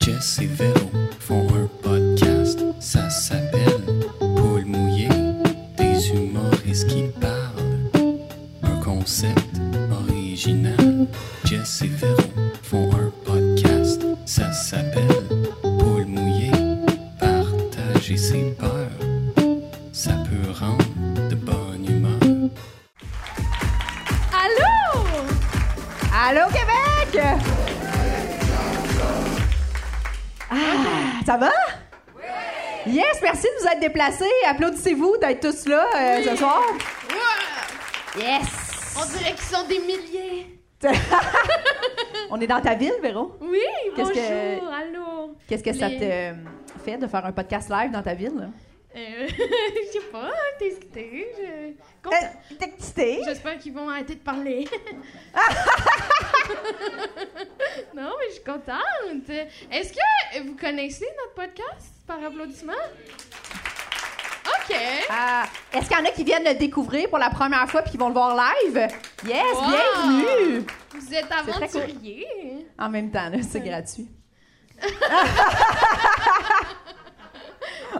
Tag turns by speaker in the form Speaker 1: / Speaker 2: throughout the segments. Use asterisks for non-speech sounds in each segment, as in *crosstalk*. Speaker 1: Jess et Véro font un podcast, ça s'appelle Paul mouillé, des humoristes qui parlent. Un concept original. Jess et Véro font un podcast, ça s'appelle Paul mouillé, partager ses peurs, ça peut rendre de bonne humeur.
Speaker 2: Allô? Allô, Québec? Ah, ça va? Yes, merci de vous être déplacés. Applaudissez-vous d'être tous là euh, ce soir. Yes!
Speaker 3: On dirait qu'ils sont des milliers.
Speaker 2: On est dans ta ville, Véro.
Speaker 3: Oui,
Speaker 2: Qu'est-ce
Speaker 3: bonjour,
Speaker 2: que-
Speaker 3: allô.
Speaker 2: Qu'est-ce que ça
Speaker 3: Les-
Speaker 2: te euh, fait de faire un podcast live dans ta ville? là?
Speaker 3: Euh, *laughs* je sais pas, t'es excitée. Je... Content.
Speaker 2: Euh, T'es excitée?
Speaker 3: J'espère qu'ils vont arrêter de
Speaker 2: *laughs*
Speaker 3: parler. non, mais je suis contente. Est-ce que vous connaissez notre podcast par applaudissement? OK.
Speaker 2: Ah, Est-ce qu'il y en a qui viennent le découvrir pour la première fois puis qui vont le voir live? Yes,
Speaker 3: Wow!
Speaker 2: bienvenue!
Speaker 3: Vous êtes
Speaker 2: très cool.
Speaker 3: aventuriers.
Speaker 2: En même temps, là,
Speaker 3: Euh. *laughs*
Speaker 2: c'est gratuit.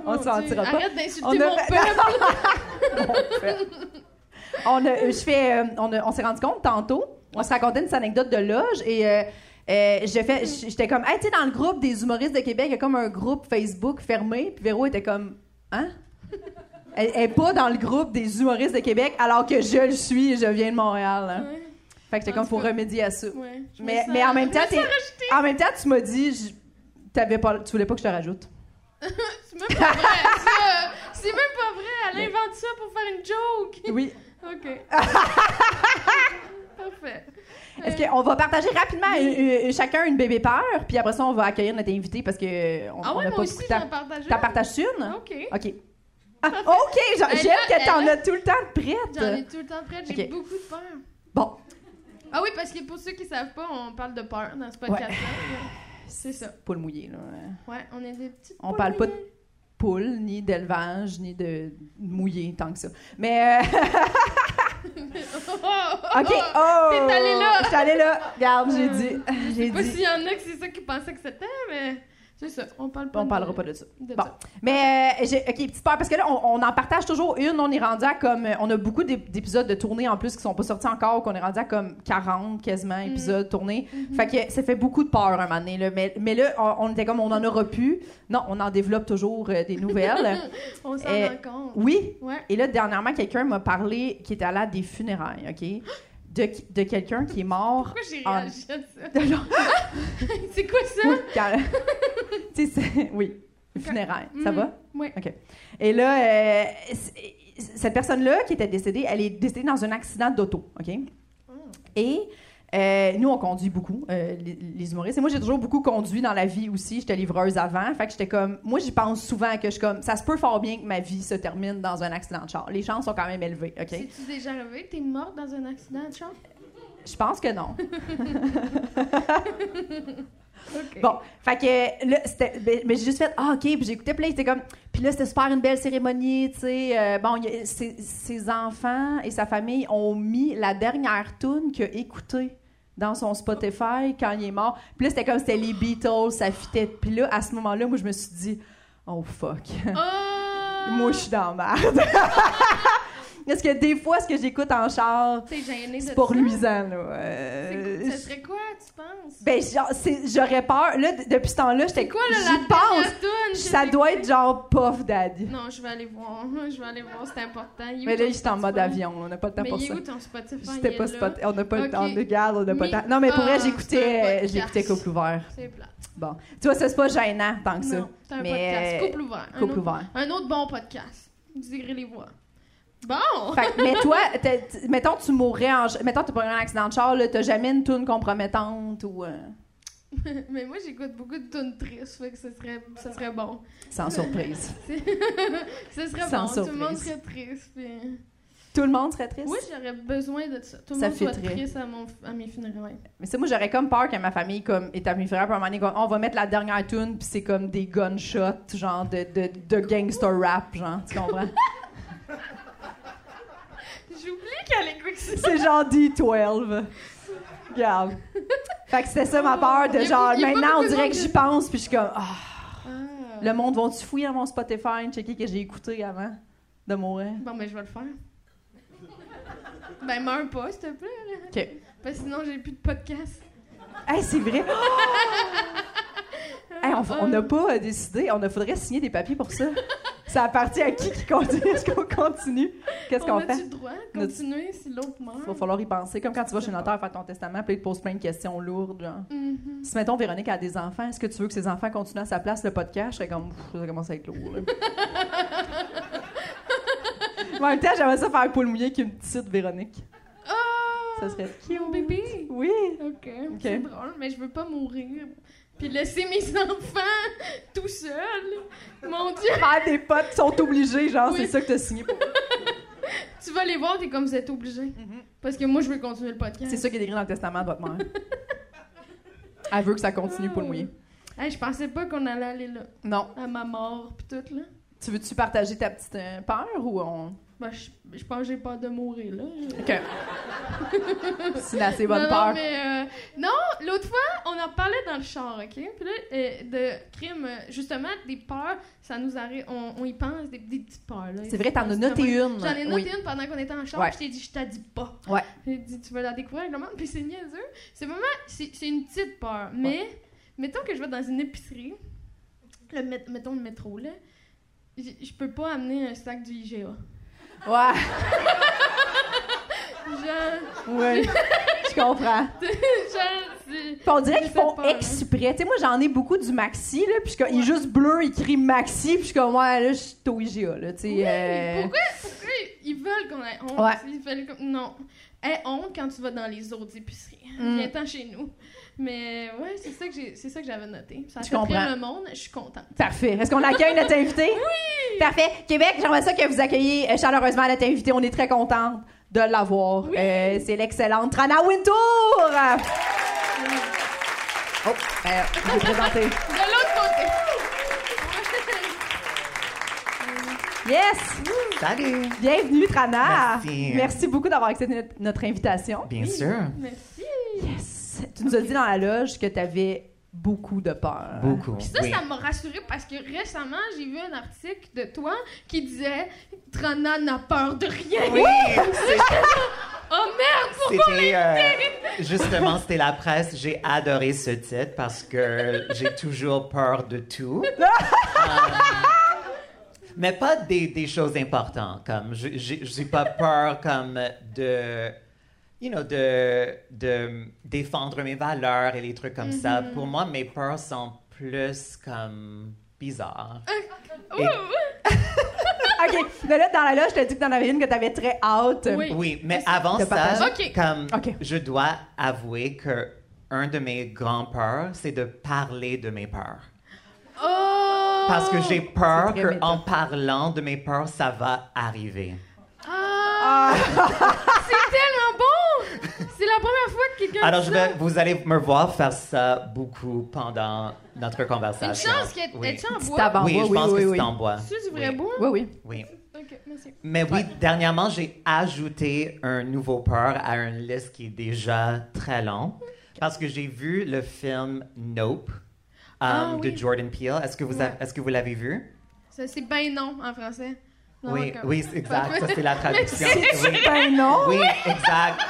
Speaker 2: On
Speaker 3: Mon
Speaker 2: se
Speaker 3: Dieu,
Speaker 2: mentira pas.
Speaker 3: Arrête d'insulter
Speaker 2: On
Speaker 3: mon
Speaker 2: a- *laughs*
Speaker 3: peuple.
Speaker 2: Mon peuple. *laughs* on a- je fais, euh, on, a- on s'est rendu compte tantôt, on se racontait une petite anecdote de loge et euh, euh, j'ai fait- j- j'étais comme, hey, tu sais, dans le groupe des humoristes de Québec, il y a comme un groupe Facebook fermé, puis Véro était comme, hein? Elle elle est pas dans le groupe des humoristes de Québec alors que je le suis et je viens de Montréal. hein.
Speaker 3: Ouais,
Speaker 2: Fait que j'étais
Speaker 3: En
Speaker 2: comme,
Speaker 3: tout
Speaker 2: faut
Speaker 3: cas,
Speaker 2: remédier à ça.
Speaker 3: ouais, je me
Speaker 2: Mais,
Speaker 3: sens-
Speaker 2: mais en même
Speaker 3: je
Speaker 2: temps,
Speaker 3: me sens
Speaker 2: t'es- en même temps, tu m'as dit, je- t'avais pas, tu voulais pas que je te rajoute.
Speaker 3: C'est même pas vrai, ça! C'est même pas vrai! Elle invente ça pour faire une joke! *laughs*
Speaker 2: Oui.
Speaker 3: Ok.
Speaker 2: *laughs*
Speaker 3: Parfait.
Speaker 2: Est-ce qu'on va partager rapidement une- une- chacun une bébé peur, puis après ça, on va accueillir notre invité parce que euh, on,
Speaker 3: Ah
Speaker 2: on
Speaker 3: ouais, moi
Speaker 2: a pas beaucoup
Speaker 3: aussi,
Speaker 2: de
Speaker 3: j'en
Speaker 2: temps. hein?
Speaker 3: partageais.
Speaker 2: T'en partages une?
Speaker 3: Ok.
Speaker 2: OK. Ah, OK, j'a-
Speaker 3: Elle
Speaker 2: j'aime
Speaker 3: a-
Speaker 2: que t'en
Speaker 3: elle a-
Speaker 2: as tout le temps de
Speaker 3: J'en
Speaker 2: prête.
Speaker 3: ai tout le temps prête, j'ai
Speaker 2: Ok.
Speaker 3: beaucoup de peur.
Speaker 2: Bon,
Speaker 3: Ah oui, parce que pour ceux qui savent pas, on parle de peur dans ce podcast-là.
Speaker 2: *laughs*
Speaker 3: C'est ça.
Speaker 2: poule mouillée, là.
Speaker 3: Ouais, on est des
Speaker 2: *laughs*
Speaker 3: petites.
Speaker 2: On parle pas de
Speaker 3: poules.
Speaker 2: poule, ni d'élevage, ni de mouillé, tant que ça. Mais, euh, *laughs*
Speaker 3: Oh!
Speaker 2: OK, oh!
Speaker 3: T'es allée là!
Speaker 2: Je suis allée là. Regarde, j'ai
Speaker 3: Euh,
Speaker 2: dit.
Speaker 3: Je
Speaker 2: J'ai
Speaker 3: sais pas s'il
Speaker 2: dit.
Speaker 3: y en a qui c'est ça qui pensaient que c'était, mais c'est ça. On parle pas
Speaker 2: On
Speaker 3: de-
Speaker 2: parlera pas de ça.
Speaker 3: de
Speaker 2: Bon.
Speaker 3: ça.
Speaker 2: Mais, euh, j'ai- OK, petite peur, parce que là, on, on en partage toujours une. On est rendu à comme. euh, On a beaucoup d'ép- d'épisodes de tournée en plus qui sont pas sortis encore, qu'on est rendu à comme 40 quasiment épisodes tournés. Fait que ça fait beaucoup de peur un moment donné. Là. Mais, mais là, on, on était comme, on en aura plus. Non, on en développe toujours euh, des nouvelles.
Speaker 3: On s'en
Speaker 2: Euh,
Speaker 3: rend compte.
Speaker 2: oui.
Speaker 3: Ouais.
Speaker 2: Et là, dernièrement, quelqu'un m'a parlé qui était allé à des funérailles, OK? De, de quelqu'un qui est mort.
Speaker 3: Pourquoi j'ai
Speaker 2: en-
Speaker 3: réagi à ça?
Speaker 2: *laughs* de genre-
Speaker 3: *laughs* C'est quoi ça? *laughs*
Speaker 2: oui, car- *laughs* Tu sais, c'est- oui, funérailles. Ça
Speaker 3: Mm.
Speaker 2: va?
Speaker 3: Oui.
Speaker 2: Et là, euh, c- cette personne-là qui était décédée, elle est décédée dans un accident d'auto, OK? Et euh, nous, on conduit beaucoup, euh, les, les humoristes. Et moi, j'ai toujours beaucoup conduit dans la vie aussi. J'étais livreuse avant. Fait que j'étais comme... Moi, j'y pense souvent que je suis comme... Ça se peut fort bien que ma vie se termine dans un accident de char. Les chances sont quand même élevées, OK?
Speaker 3: C'est-tu déjà arrivé? T'es morte dans un accident de char?
Speaker 2: Je pense que non.
Speaker 3: OK.
Speaker 2: Bon, fait que là, c'était. ben, Mais j'ai juste fait, ah, OK, puis j'écoutais, puis là, c'était comme. Puis là, c'était super une belle cérémonie, tu sais. euh, bon, il y a- ses, ses enfants et sa famille ont mis la dernière tune qu'il a écoutée dans son Spotify quand il est mort. Puis là, c'était comme, c'était les Beatles, ça fitait. Puis là, à ce moment-là, moi, je me suis dit, oh fuck. *laughs*
Speaker 3: Oh!
Speaker 2: moi, je suis dans la merde. *laughs* Parce que des fois, ce que j'écoute en char,
Speaker 3: T'es gênée de
Speaker 2: c'est pas
Speaker 3: ça?
Speaker 2: luisant, là.
Speaker 3: C'est
Speaker 2: Euh,
Speaker 3: quoi- Ça serait quoi, tu penses?
Speaker 2: ben, genre, c'est- j'aurais peur. Là, d- depuis ce temps-là, j'étais.
Speaker 3: C'est quoi, là,
Speaker 2: J'y
Speaker 3: la
Speaker 2: pense.
Speaker 3: dernière toune? Je
Speaker 2: Ça
Speaker 3: sais-
Speaker 2: doit être genre Puff Daddy.
Speaker 3: Non, je vais aller voir. Je vais aller voir, c'est important. Il est
Speaker 2: Mais
Speaker 3: où
Speaker 2: là,
Speaker 3: ton
Speaker 2: j'étais en mode
Speaker 3: Spotify?
Speaker 2: avion. là, On n'a pas le temps
Speaker 3: Mais
Speaker 2: pour
Speaker 3: il est
Speaker 2: ça.
Speaker 3: où ton Spotify?
Speaker 2: J'étais
Speaker 3: Il
Speaker 2: pas
Speaker 3: est là.
Speaker 2: spot. On n'a pas le
Speaker 3: Ok.
Speaker 2: temps de garde, on n'a pas le
Speaker 3: Mais-
Speaker 2: temps. Non, mais pour vrai,
Speaker 3: Ah, c'est un
Speaker 2: j'écoutais, euh,
Speaker 3: podcast.
Speaker 2: j'écoutais couple ouvert.
Speaker 3: C'est plat.
Speaker 2: Bon. Tu vois, ça, c'est pas gênant tant que ça.
Speaker 3: Non, Ah, c'est un
Speaker 2: Mais-
Speaker 3: podcast. Couple ouvert. Un
Speaker 2: Couple
Speaker 3: autre-
Speaker 2: ouvert.
Speaker 3: Un autre bon podcast. Vous irez les voir. Bon! *laughs*
Speaker 2: Fait que, mais toi, t'es- t- mettons, tu mourrais en. ch- Mettons, t'as pas eu un accident de char, là, t'as jamais une tune compromettante ou. euh,
Speaker 3: Mais moi, j'écoute beaucoup de tunes tristes, fait que ce serait, ça serait bon. *laughs*
Speaker 2: sans surprise.
Speaker 3: Ce serait
Speaker 2: Sans
Speaker 3: bon, tout le monde
Speaker 2: surprise.
Speaker 3: serait triste. puis-
Speaker 2: Tout le monde serait triste.
Speaker 3: Moi, j'aurais besoin de ça. Tout le
Speaker 2: Ça
Speaker 3: monde soit
Speaker 2: fitterait.
Speaker 3: triste à, mon, à mes funérailles.
Speaker 2: Mais ça, moi, j'aurais comme peur que ma famille comme, est à mes frères, puis à un moment donné, comme, on va mettre la dernière tune, puis c'est comme des gunshots, genre de, de, de gangster rap, genre, tu comprends?
Speaker 3: J'oublie qu'elle écoute ça.
Speaker 2: c'est genre D12. Regarde. Fait Fait que c'était ça ma peur
Speaker 3: Y
Speaker 2: de
Speaker 3: a
Speaker 2: genre,
Speaker 3: pas- y a pas
Speaker 2: maintenant, on
Speaker 3: beaucoup de
Speaker 2: dirait
Speaker 3: monde
Speaker 2: que
Speaker 3: qui-
Speaker 2: j'y pense, puis je suis comme, ah,
Speaker 3: Ah.
Speaker 2: le monde, vont-tu fouiller à mon Spotify, checker que j'ai écouté avant de mourir?
Speaker 3: Bon, ben, je vais le faire. Ben, meurs pas, s'il te plaît. là.
Speaker 2: OK.
Speaker 3: Parce que sinon, j'ai plus de podcast.
Speaker 2: Hey, c'est vrai! Hey, on on
Speaker 3: *laughs*
Speaker 2: n'a pas euh, décidé, on a- faudrait signer des papiers pour ça. Ça appartient à qui qui continue? Est-ce *laughs* qu'on continue? Qu'est-ce qu'on
Speaker 3: On a-tu
Speaker 2: fait?
Speaker 3: le droit de
Speaker 2: Notre-
Speaker 3: continuer si l'autre meurt?
Speaker 2: Il va falloir y penser. Comme quand tu vas chez le notaire faire ton testament, puis il te pose plein de questions lourdes. Genre.
Speaker 3: Mhm.
Speaker 2: Si, mettons, Véronique a des enfants, est-ce que tu veux que ses enfants continuent à sa place le podcast? Je serais comme, Pff, ça commence à être lourd. là. Mais en même temps, j'aimerais ça faire poule mouillée qui est une petite Véronique.
Speaker 3: Ah!
Speaker 2: Ça serait
Speaker 3: Mon bébé!
Speaker 2: Oui!
Speaker 3: Ok, c'est drôle, mais je veux pas mourir. Puis laisser mes *laughs* enfants tout seuls. Mon Dieu,
Speaker 2: Faire des potes qui sont obligés, genre,
Speaker 3: Oui.
Speaker 2: c'est ça que t'as signé pour.
Speaker 3: tu vas les voir, t'es comme vous êtes obligés.
Speaker 2: Mhm.
Speaker 3: Parce que moi, je veux continuer le podcast.
Speaker 2: C'est ça qui est écrit dans le testament de votre mère. Elle veut que ça continue pour le mouiller.
Speaker 3: Hey, je pensais pas qu'on allait aller là,
Speaker 2: Non.
Speaker 3: à ma mort pis tout, là.
Speaker 2: Tu veux-tu partager ta petite euh, peur ou on.
Speaker 3: Ben, je, je pense que j'ai peur de mourir, là.
Speaker 2: Ok. si là, c'est bonne
Speaker 3: non,
Speaker 2: peur.
Speaker 3: Non, mais, euh, non, l'autre fois, on en parlait dans le char, OK? Puis là, euh, de crime, euh, justement, des peurs, ça nous arrive, on, on y pense, des, des petites peurs, là.
Speaker 2: C'est vrai, t'en as noté une.
Speaker 3: J'en ai noté
Speaker 2: Oui.
Speaker 3: une pendant qu'on était en char,
Speaker 2: Ouais.
Speaker 3: puis je t'ai dit, je t'ai dit pas.
Speaker 2: Ouais.
Speaker 3: J'ai dit, tu vas la découvrir, le monde, puis c'est niaiseux. C'est vraiment, c'est c'est une petite peur, mais mettons que je vais dans une épicerie, le mét- mettons le métro, là, j- je peux pas amener un sac du IGA.
Speaker 2: Ouais,
Speaker 3: Genre, *laughs*
Speaker 2: oui. Je comprends.
Speaker 3: genre, c'est-
Speaker 2: Puis on dirait
Speaker 3: J'ai
Speaker 2: qu'ils font
Speaker 3: fait peur, hein.
Speaker 2: exprès. Tu sais, moi, j'en ai beaucoup du maxi, là. Puis je suis comme- il est juste bleu, il crie maxi. Puis je suis comme, ouais, là, je suis au IGA, là. Tu sais.
Speaker 3: Oui,
Speaker 2: euh,
Speaker 3: pourquoi, pourquoi ils veulent qu'on ait honte?
Speaker 2: Ouais.
Speaker 3: Ils veulent qu'on- Non. Aie honte quand tu vas dans les autres épiceries.
Speaker 2: Mm.
Speaker 3: Viens-t'en chez nous. Mais ouais, c'est ça que j'ai- c'est ça que j'avais noté. Ça
Speaker 2: Je
Speaker 3: fait
Speaker 2: comprends.
Speaker 3: le monde, je suis contente.
Speaker 2: Parfait. Est-ce qu'on accueille
Speaker 3: *laughs*
Speaker 2: notre invité? Oui! Parfait. Québec, j'aimerais ça que vous accueilliez euh, chaleureusement notre invité. On est très contente de l'avoir. Euh, c'est l'excellente Trana Wintour! Oh, euh, je vais
Speaker 3: De
Speaker 2: présenter.
Speaker 3: l'autre côté.
Speaker 2: Yes!
Speaker 4: Salut!
Speaker 2: Bienvenue, Trana!
Speaker 4: Merci.
Speaker 2: beaucoup d'avoir accepté notre, notre invitation.
Speaker 4: Bien sûr,
Speaker 3: Merci.
Speaker 2: Yes! Tu nous as dit dans la loge que tu avais beaucoup de peur.
Speaker 4: beaucoup.
Speaker 3: Puis ça,
Speaker 4: oui.
Speaker 3: ça m'a rassurée parce que récemment, j'ai vu un article de toi qui disait Trana n'a peur de rien.
Speaker 4: Oui,
Speaker 3: *laughs* Oh merde, pourquoi on
Speaker 4: c'était euh, justement c'était la presse. J'ai adoré ce titre parce que j'ai toujours peur de tout.
Speaker 3: *laughs*
Speaker 4: Euh, mais pas des, des choses importantes comme je j'ai- j'ai pas peur comme de you know de de défendre mes valeurs et les trucs comme ça.
Speaker 3: Mm-hmm.
Speaker 4: Pour moi, mes peurs sont plus comme bizarres.
Speaker 3: Euh,
Speaker 4: Et-
Speaker 2: OK. Mais là, dans la loge, je t'ai dit que dans avais une que tu avais très hâte.
Speaker 3: Oui.
Speaker 4: Oui, mais avant
Speaker 2: De
Speaker 4: ça,
Speaker 3: partager. Ok.
Speaker 4: comme
Speaker 2: Ok.
Speaker 4: je dois avouer que un de mes grands peurs, c'est de parler de mes peurs.
Speaker 3: Oh
Speaker 4: Parce que j'ai peur
Speaker 2: C'est très
Speaker 4: qu'en parlant de mes peurs, ça va arriver.
Speaker 3: Ah. C'est tellement bon! C'est la première fois que quelqu'un.
Speaker 4: Alors,
Speaker 3: dit
Speaker 4: je
Speaker 3: ça.
Speaker 4: vais, vous allez me voir faire ça beaucoup pendant notre conversation.
Speaker 3: Une chance qu'elle
Speaker 4: oui.
Speaker 3: est en
Speaker 2: Petit
Speaker 3: bois.
Speaker 2: tabac. en
Speaker 4: Oui,
Speaker 2: bois,
Speaker 4: je
Speaker 2: oui,
Speaker 4: pense
Speaker 2: oui,
Speaker 4: que
Speaker 2: oui.
Speaker 4: c'est en bois.
Speaker 3: C'est du vrai
Speaker 4: Oui,
Speaker 3: bois?
Speaker 2: Oui, oui.
Speaker 4: Oui.
Speaker 3: Ok, merci.
Speaker 4: Mais oui, dernièrement, j'ai ajouté un nouveau peur à une liste qui est déjà très longue parce que j'ai vu le film Nope um,
Speaker 3: Ah, oui.
Speaker 4: de Jordan Peele. Est-ce que vous
Speaker 3: Ouais.
Speaker 4: avez- est-ce que vous l'avez vu
Speaker 3: Ça, c'est ben non en français. Non,
Speaker 4: Oui,
Speaker 3: ok.
Speaker 4: oui, c'est exact. Ça
Speaker 3: *laughs*
Speaker 4: c'est la traduction.
Speaker 2: C'est
Speaker 4: Oui,
Speaker 2: ben non!
Speaker 4: oui, exact.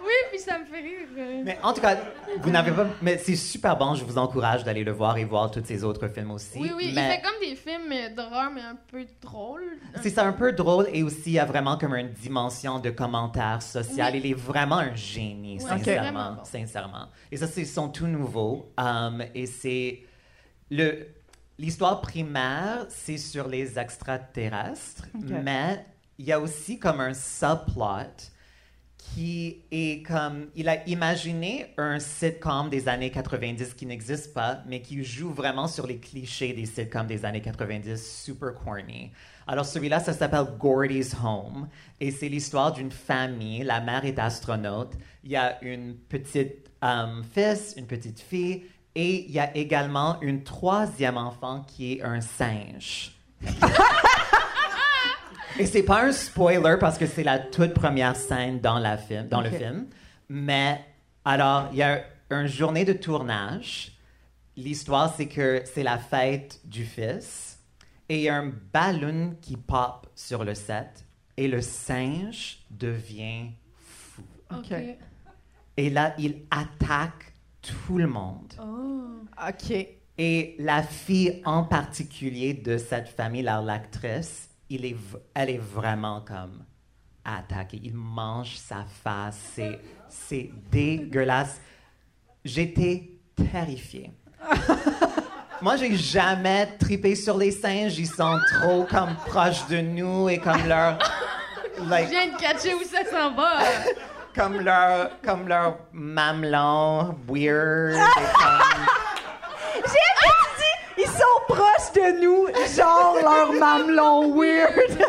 Speaker 3: Oui, puis ça me fait rire. euh.
Speaker 4: Mais en tout cas, vous n'avez pas. Mais c'est super bon. Je vous encourage d'aller le voir et voir tous ces autres films aussi.
Speaker 3: Oui, oui, il
Speaker 4: Mais-
Speaker 3: fait comme des films euh, d'horreur, mais un peu drôles.
Speaker 4: C'est ça, un peu drôle et aussi il y a vraiment comme une dimension de commentaire social.
Speaker 3: Oui.
Speaker 4: Il est vraiment un génie,
Speaker 3: Ouais,
Speaker 4: sincèrement,
Speaker 3: vraiment bon.
Speaker 4: sincèrement. Et ça, c'est son tout nouveau. Um, et c'est le l'histoire primaire, c'est sur les extraterrestres,
Speaker 2: Ok.
Speaker 4: mais il y a aussi comme un subplot qui est comme il a imaginé un sitcom des années 90 qui n'existe pas mais qui joue vraiment sur les clichés des sitcoms des années 90 super corny. Alors celui-là ça s'appelle Gordy's Home et c'est l'histoire d'une famille, la mère est astronaute, il y a une petite euh, fils, une petite fille et il y a également une troisième enfant qui est un singe. Et c'est pas un spoiler parce que c'est la toute première scène dans, la film, dans
Speaker 2: Ok.
Speaker 4: le film. Mais alors, il y a une journée de tournage. L'histoire, c'est que c'est la fête du fils et il y a un ballon qui pop sur le set et le singe devient fou.
Speaker 3: Ok.
Speaker 4: Et là, il attaque tout le monde.
Speaker 3: Oh.
Speaker 2: OK.
Speaker 4: Et la fille en particulier de cette famille, la- l'actrice, il est, v- elle est vraiment comme attaquée. Il mange sa face. C'est, c'est dégueulasse. J'étais terrifiée. Moi, j'ai jamais tripé sur les singes. Ils sont trop comme proches de nous et comme leur,
Speaker 3: Je
Speaker 4: like,
Speaker 3: viens de catcher où ça s'en va.
Speaker 4: *laughs* comme leur, comme leur mamelon weird. et comme-
Speaker 2: J'ai dit, ils sont proches de nous, genre leur mamelon weird.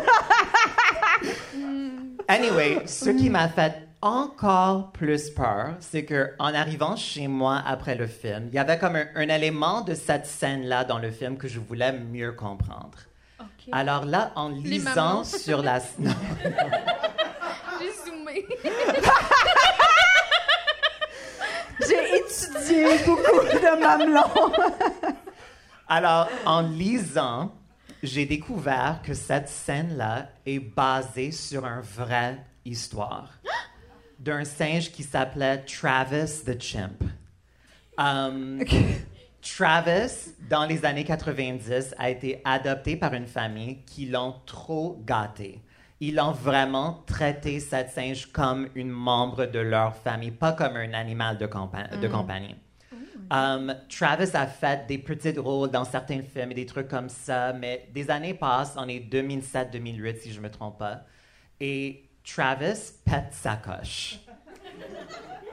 Speaker 4: Anyway, ce qui m'a fait encore plus peur, c'est que en arrivant chez moi après le film, il y avait comme un, un élément de cette scène-là dans le film que je voulais mieux comprendre.
Speaker 3: Ok.
Speaker 4: Alors là, en lisant
Speaker 3: mamans.
Speaker 4: sur la non,
Speaker 3: J'ai zoomé.
Speaker 2: J'ai étudié beaucoup de mamelons.
Speaker 4: alors en lisant, j'ai découvert que cette scène-là est basée sur une vraie histoire d'un singe qui s'appelait Travis the Chimp. Um, Travis, dans les années 90, a été adopté par une famille qui l'ont trop gâté. Ils l'ont vraiment traité, cette singe, comme une membre de leur famille, pas comme un animal de, compa- de compagnie. Um, Travis a fait des petits rôles dans certains films et des trucs comme ça, mais des années passent, on est 2007-2008 si je me trompe pas, et Travis pète sa coche.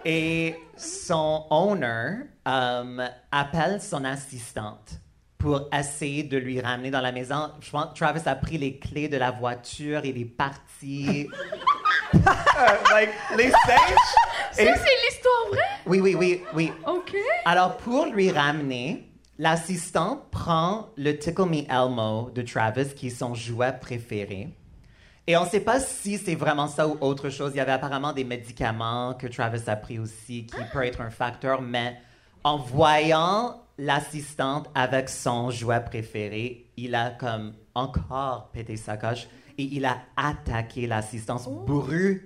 Speaker 4: Et son owner euh, appelle son assistante pour essayer de lui ramener dans la maison. Je pense que Travis a pris les clés de la voiture, il est parti. *laughs* Euh, like, les singes.
Speaker 3: Ça, c'est
Speaker 4: Et-
Speaker 3: l'histoire vraie?
Speaker 4: Oui, oui, oui, oui.
Speaker 3: Ok.
Speaker 4: Alors, pour lui ramener, l'assistant prend le Tickle Me Elmo de Travis, qui est son jouet préféré. Et on ne sait pas si c'est vraiment ça ou autre chose. Il y avait apparemment des médicaments que Travis a pris aussi, qui peut être un facteur, mais en voyant l'assistante avec son jouet préféré, il a comme encore pété sa coche et il a attaqué l'assistance brutalement.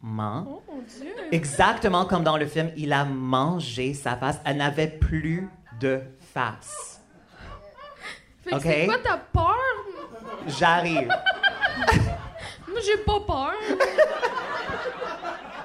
Speaker 3: Oh mon dieu.
Speaker 4: Exactement comme dans le film, il a mangé sa face. Elle n'avait plus de face.
Speaker 3: Fait que
Speaker 4: Ok.
Speaker 3: c'est quoi ta peur?
Speaker 4: J'arrive.
Speaker 3: Moi, j'ai pas peur.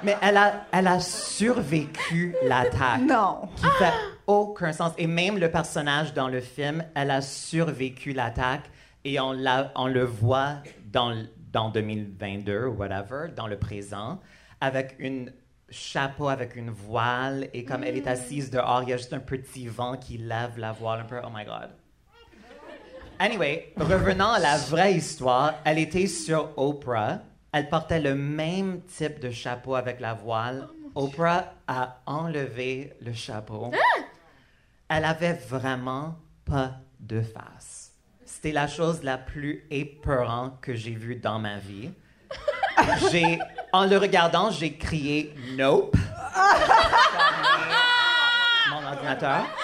Speaker 4: Mais elle a, elle a survécu l'attaque.
Speaker 2: Non.
Speaker 4: Qui fait aucun sens. Et même le personnage dans le film, elle a survécu l'attaque et on, la, on le voit dans, l- dans 2022 ou whatever, dans le présent, avec une chapeau avec une voile et comme elle est assise dehors, il y a juste un petit vent qui lève la voile un peu. Oh my god. Anyway, revenant à la vraie histoire, elle était sur Oprah. Elle portait le même type de chapeau avec la voile. Oprah a enlevé le chapeau. Elle avait vraiment pas de face. C'était la chose la plus épeurante que j'ai vue dans ma vie. J'ai, en le regardant, j'ai crié Nope. Mon ordinateur.
Speaker 3: *laughs*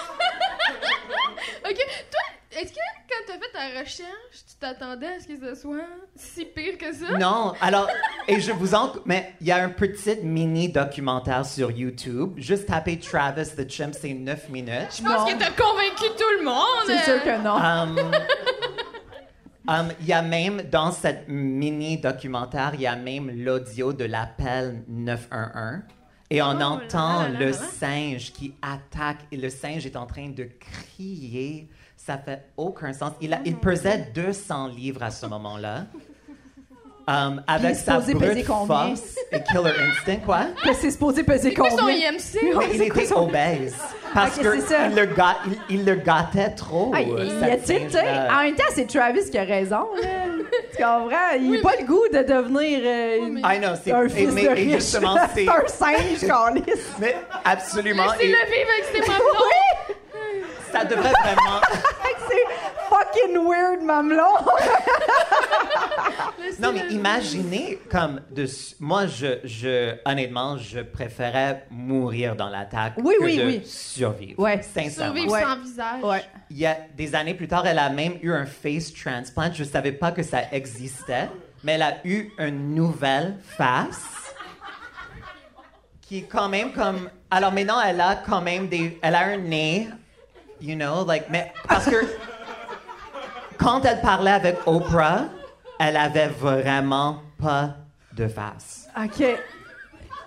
Speaker 3: Ok, toi, est-ce que quand t'as fait ta recherche, tu t'attendais à ce que ce soit si pire que ça?
Speaker 4: Non, alors, et je vous en... Mais il y a un petit mini documentaire sur YouTube. Juste taper Travis the Chimp, c'est 9 minutes.
Speaker 3: Je pense
Speaker 2: Non.
Speaker 3: que t'as convaincu tout le monde. Euh,
Speaker 2: C'est sûr que non.
Speaker 4: Um, um, Il y a même, dans cette mini documentaire, il y a même l'audio de l'appel 911. Et on
Speaker 3: Oh là
Speaker 4: entend
Speaker 3: là là
Speaker 4: le
Speaker 3: là.
Speaker 4: singe qui attaque et le singe est en train de crier. Ça fait aucun sens. Il, a-
Speaker 2: Oh
Speaker 4: il pesait 200 livres
Speaker 2: *laughs*
Speaker 4: à ce moment-là. Um, avec sa
Speaker 2: supposé peser
Speaker 4: brute
Speaker 2: combien?
Speaker 4: force et killer instinct,
Speaker 2: *laughs*
Speaker 4: quoi.
Speaker 2: Que c'est supposé peser
Speaker 3: Quoi son
Speaker 2: combien?
Speaker 3: IMC?
Speaker 2: Ouais,
Speaker 4: Mais il
Speaker 2: c'est quoi
Speaker 4: était
Speaker 2: son-
Speaker 4: obèse. Parce
Speaker 2: Ok,
Speaker 4: que
Speaker 2: c'est ça.
Speaker 4: il le, ga- il- il le gâtait trop.
Speaker 2: Ah, il- il y
Speaker 4: cette
Speaker 2: a tu sais, tu sais,
Speaker 4: singe-là.
Speaker 2: En même temps, c'est Travis qui a raison. là. tu comprends? Il n'a pas le goût de devenir euh,
Speaker 3: Oui, mais-
Speaker 4: I know, Ah, c'est
Speaker 2: un
Speaker 4: et-
Speaker 2: fils
Speaker 4: mais-
Speaker 2: de
Speaker 4: et
Speaker 2: riche.
Speaker 4: justement, c'est.
Speaker 2: C'est *laughs* un singe,
Speaker 3: *laughs*
Speaker 2: câlisse.
Speaker 4: Mais absolument.
Speaker 2: *laughs*
Speaker 4: et
Speaker 3: Laissez-le vivre avec ses mamans.
Speaker 4: ça devrait vraiment.
Speaker 2: Fait que c'est fucking weird, mamelon!
Speaker 3: Le
Speaker 4: Non, mais
Speaker 3: style-
Speaker 4: imaginez comme de. s- Moi, je, je, honnêtement, je préférais mourir dans l'attaque
Speaker 2: Oui,
Speaker 4: que
Speaker 2: oui,
Speaker 4: de
Speaker 2: oui.
Speaker 4: survivre.
Speaker 2: Ouais.
Speaker 4: Sincèrement.
Speaker 3: Survivre
Speaker 2: Ouais.
Speaker 3: sans visage.
Speaker 2: Ouais.
Speaker 4: Il y a des années plus tard, elle a même eu un face transplant. Je savais pas que ça existait, mais elle a eu une nouvelle face qui est quand même comme. Alors maintenant, elle a quand même des. Elle a un nez, you know, like. Mais parce que quand elle parlait avec Oprah, elle avait vraiment pas de face.
Speaker 2: OK.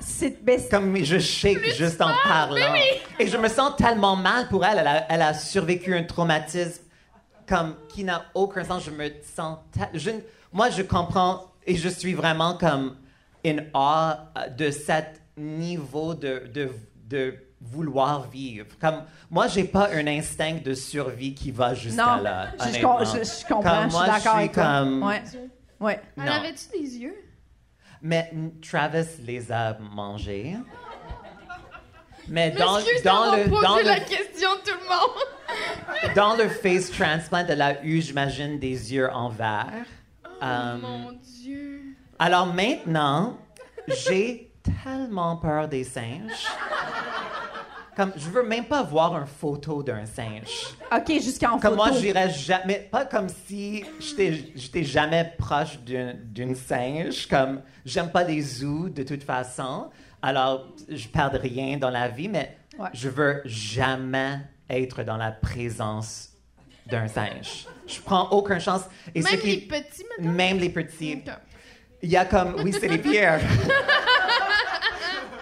Speaker 2: C'est... ben, c'est-
Speaker 4: Comme je shake juste en parlant. Et je me sens tellement mal pour elle. Elle a, elle a survécu un traumatisme comme qui n'a aucun sens. Je me sens. ta- je ne- moi, je comprends et je suis vraiment comme in awe euh, de cet niveau de, de, de vouloir vivre. Comme moi, j'ai pas un instinct de survie qui va jusqu'à
Speaker 2: Non,
Speaker 4: là.
Speaker 2: je- je
Speaker 4: honnêtement.
Speaker 2: com- je- je comprends, je
Speaker 4: Comme
Speaker 2: suis
Speaker 4: moi,
Speaker 2: d'accord avec toi.
Speaker 4: comme-
Speaker 2: Ouais. Ouais.
Speaker 3: Elle
Speaker 4: Non.
Speaker 3: avait-tu des yeux?
Speaker 4: Mais mm, Travis les a
Speaker 3: *laughs*
Speaker 4: mangés. Mais dans,
Speaker 3: M'excuse
Speaker 4: dans,
Speaker 3: d'avoir
Speaker 4: le,
Speaker 3: posé
Speaker 4: dans,
Speaker 3: la
Speaker 4: le,
Speaker 3: question de tout le monde.
Speaker 4: *laughs* dans le face transplant, elle a eu, j'imagine, des yeux en verre. Euh,
Speaker 3: Ah, Oh Mon Dieu.
Speaker 4: alors maintenant, j'ai tellement peur des singes. Comme, je veux même pas voir une photo d'un singe.
Speaker 2: OK, jusqu'en
Speaker 4: Comme
Speaker 2: photo.
Speaker 4: moi, j'irais jamais. Pas comme si j'étais j'étais jamais proche d'une d'une singe. Comme j'aime pas les zoos de toute façon. Alors, je perds de rien dans la vie, mais
Speaker 2: Ouais.
Speaker 4: je veux jamais être dans la présence d'un singe. Je prends aucune chance. Et ce
Speaker 3: Même
Speaker 4: qui-
Speaker 3: les petits, Euh, maintenant.
Speaker 4: Même les petits.
Speaker 3: Ok.
Speaker 4: Il y a comme. Oui, c'est les pires.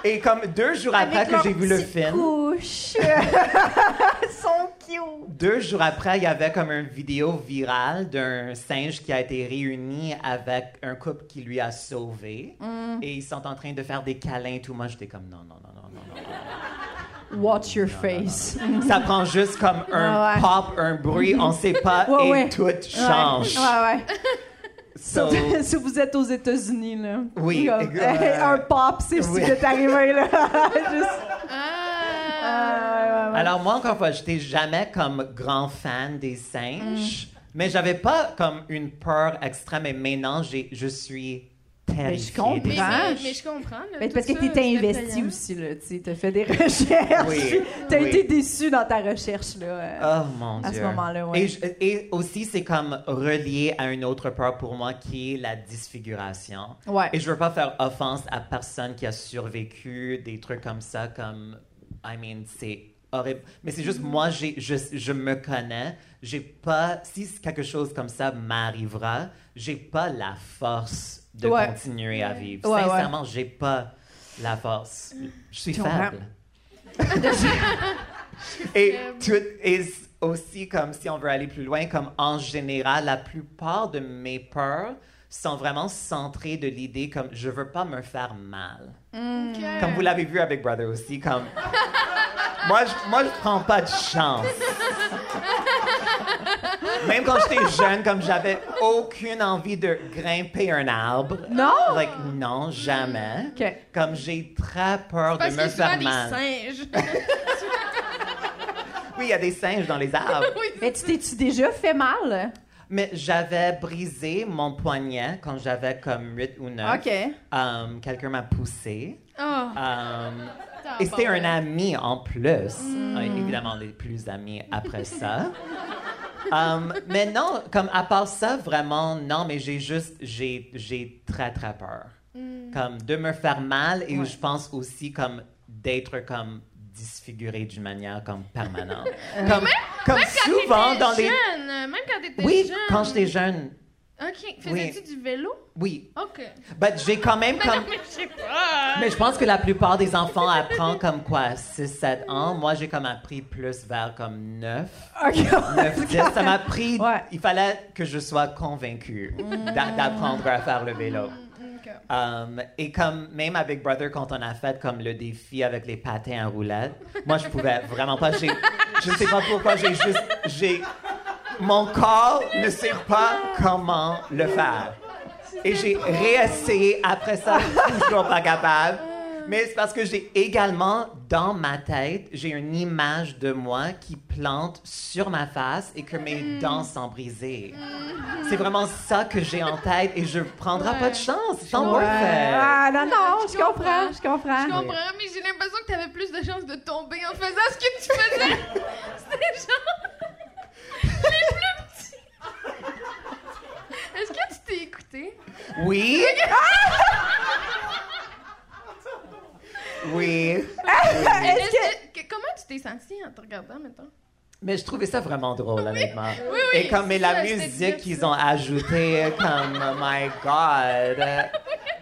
Speaker 4: Et comme deux jours après
Speaker 2: Avec
Speaker 4: que
Speaker 2: leur
Speaker 4: j'ai vu le
Speaker 2: petite
Speaker 4: film. *laughs*
Speaker 2: couche. *laughs* Ils sont cute.
Speaker 4: Deux jours après, il y avait comme une vidéo virale d'un singe qui a été réuni avec un couple qui lui a sauvé.
Speaker 2: Mm.
Speaker 4: Et ils sont en train de faire des câlins et tout. Moi, j'étais comme non, non, non, non, non.
Speaker 2: Watch your face.
Speaker 4: non. Ça prend juste comme un
Speaker 2: Ah Ouais, ouais.
Speaker 4: pop, un bruit, on sait pas,
Speaker 2: Ouais,
Speaker 4: et
Speaker 2: ouais.
Speaker 4: tout change.
Speaker 2: Ouais, ouais. ouais.
Speaker 4: So,
Speaker 2: Surtout *laughs* si vous êtes aux États-Unis, là.
Speaker 4: Oui,
Speaker 2: Comme,
Speaker 4: ex-
Speaker 2: hey,
Speaker 4: euh,
Speaker 2: un pop, c'est
Speaker 4: oui.
Speaker 2: ce qui est arrivé,
Speaker 4: *laughs*
Speaker 2: là. *laughs* Juste,
Speaker 3: Ah.
Speaker 2: euh, ouais, ouais, ouais.
Speaker 4: alors moi, encore une fois, j'étais jamais comme grand fan des singes,
Speaker 2: Mm.
Speaker 4: mais j'avais pas comme une peur extrême. Et maintenant, j'ai, je suis terrifiée. des
Speaker 2: comprends.
Speaker 3: Mais,
Speaker 4: singes.
Speaker 3: mais,
Speaker 2: Vache.
Speaker 3: mais je comprends. Là,
Speaker 2: Mais
Speaker 3: tout
Speaker 2: parce que
Speaker 3: ça,
Speaker 2: t'étais
Speaker 3: c'était
Speaker 2: investi
Speaker 3: payant.
Speaker 2: aussi, là. Tu as fait des recherches.
Speaker 4: Oui,
Speaker 2: *laughs* T'as
Speaker 4: oui.
Speaker 2: été déçu dans ta recherche, là. euh.
Speaker 4: Oh mon
Speaker 2: À ce
Speaker 4: dieu.
Speaker 2: moment-là, ouais.
Speaker 4: Et, je- et aussi, c'est comme relié à une autre peur pour moi qui est la disfiguration.
Speaker 2: Ouais.
Speaker 4: Et je veux pas faire offense à personne qui a survécu des trucs comme ça, comme, I mean, c'est horrible. Mais c'est
Speaker 2: Mm-hmm.
Speaker 4: juste, moi, j'ai, je, je me connais. J'ai pas, si quelque chose comme ça m'arrivera, j'ai pas la force de
Speaker 2: Ouais.
Speaker 4: continuer à vivre.
Speaker 2: Ouais, ouais.
Speaker 4: Sincèrement, j'ai pas la force. Je suis
Speaker 2: Je comprends.
Speaker 4: faible. Et
Speaker 3: Euh,
Speaker 4: tout est aussi comme si on veut aller plus loin, comme en général, la plupart de mes peurs sont vraiment centrées de l'idée comme je veux pas me faire mal.
Speaker 3: Ok.
Speaker 4: Comme vous l'avez vu avec Brother
Speaker 3: *laughs*
Speaker 4: aussi, comme moi je, moi je prends pas de chance. Même quand j'étais jeune, comme j'avais aucune envie de grimper un arbre.
Speaker 2: Non?
Speaker 4: Like, non, jamais.
Speaker 2: Ok.
Speaker 4: Comme j'ai très peur de
Speaker 3: Parce
Speaker 4: me
Speaker 3: que souvent,
Speaker 4: faire
Speaker 3: des
Speaker 4: mal. *laughs*
Speaker 3: singes.
Speaker 4: Oui, il y a des singes dans les arbres.
Speaker 2: Mais tu t'es-tu déjà fait mal?
Speaker 4: Mais j'avais brisé mon poignet quand j'avais comme 8 ou 9.
Speaker 2: OK.
Speaker 4: Um, Quelqu'un m'a poussé.
Speaker 3: Oh,
Speaker 4: Um,
Speaker 3: t'as
Speaker 4: et c'était
Speaker 3: pas Hmm.
Speaker 4: un
Speaker 3: mal.
Speaker 4: ami en plus. Euh, évidemment, les plus amis après ça. Um, mais non, comme à part ça, vraiment, non, mais j'ai juste, j'ai j'ai très, très peur.
Speaker 3: Hmm.
Speaker 4: Comme de me faire mal et
Speaker 2: Ouais.
Speaker 4: je pense aussi comme d'être comme disfiguré d'une manière comme permanente.
Speaker 3: Euh.
Speaker 4: comme comme
Speaker 3: Quand
Speaker 4: souvent
Speaker 3: t'étais
Speaker 4: dans les...
Speaker 3: jeune, euh, Même quand t'étais
Speaker 4: Oui,
Speaker 3: jeune.
Speaker 4: quand j'étais jeune.
Speaker 3: Ok. Faisais-tu du vélo?
Speaker 4: Oui,
Speaker 3: Ok.
Speaker 4: But Ben, j'ai quand même *laughs* comme.
Speaker 3: Mais *laughs* je sais pas.
Speaker 4: Mais je pense que la plupart des enfants apprennent comme quoi, 6-7 ans. Moi, j'ai comme appris plus vers comme 9.
Speaker 2: OK.
Speaker 4: *laughs* 9 10. Ça m'a pris.
Speaker 2: Ouais.
Speaker 4: Il fallait que je sois convaincue d'a- d'apprendre à faire le vélo.
Speaker 3: Ok.
Speaker 4: Um, et comme même avec Brother, quand on a fait comme le défi avec les patins à roulettes, moi je pouvais vraiment pas. J'ai, je ne sais pas pourquoi, j'ai juste, j'ai, mon corps ne sait pas comment le faire. Et j'ai réessayé après ça, toujours pas capable. Mais c'est parce que j'ai également dans ma tête, j'ai une image de moi qui plante sur ma face et que mes dents sont brisées. C'est vraiment ça que j'ai en tête et je prendrai
Speaker 3: Ouais.
Speaker 4: pas de chance. C'est
Speaker 2: Ouais.
Speaker 4: worth it.
Speaker 2: Ah, non, non, je
Speaker 3: Je comprends.
Speaker 2: comprends, je
Speaker 4: Ah,
Speaker 2: comprends.
Speaker 3: Je comprends, mais j'ai l'impression que t'avais plus de chances de tomber en faisant ce que tu faisais.
Speaker 4: *laughs*
Speaker 3: *laughs* C'était genre. *laughs* Les plus petits. Est-ce que tu t'es écouté?
Speaker 4: Oui. Oui.
Speaker 2: Est-ce que...
Speaker 3: Est-ce que- que- Comment tu t'es senti en te regardant, maintenant?
Speaker 4: Mais je trouvais ça vraiment drôle, honnêtement.
Speaker 3: Oui, oui,
Speaker 4: Et comme mais la
Speaker 3: ça, je t'ai
Speaker 4: musique
Speaker 3: dit
Speaker 4: qu'ils
Speaker 3: ça.
Speaker 4: ont ajoutée, comme oh my God.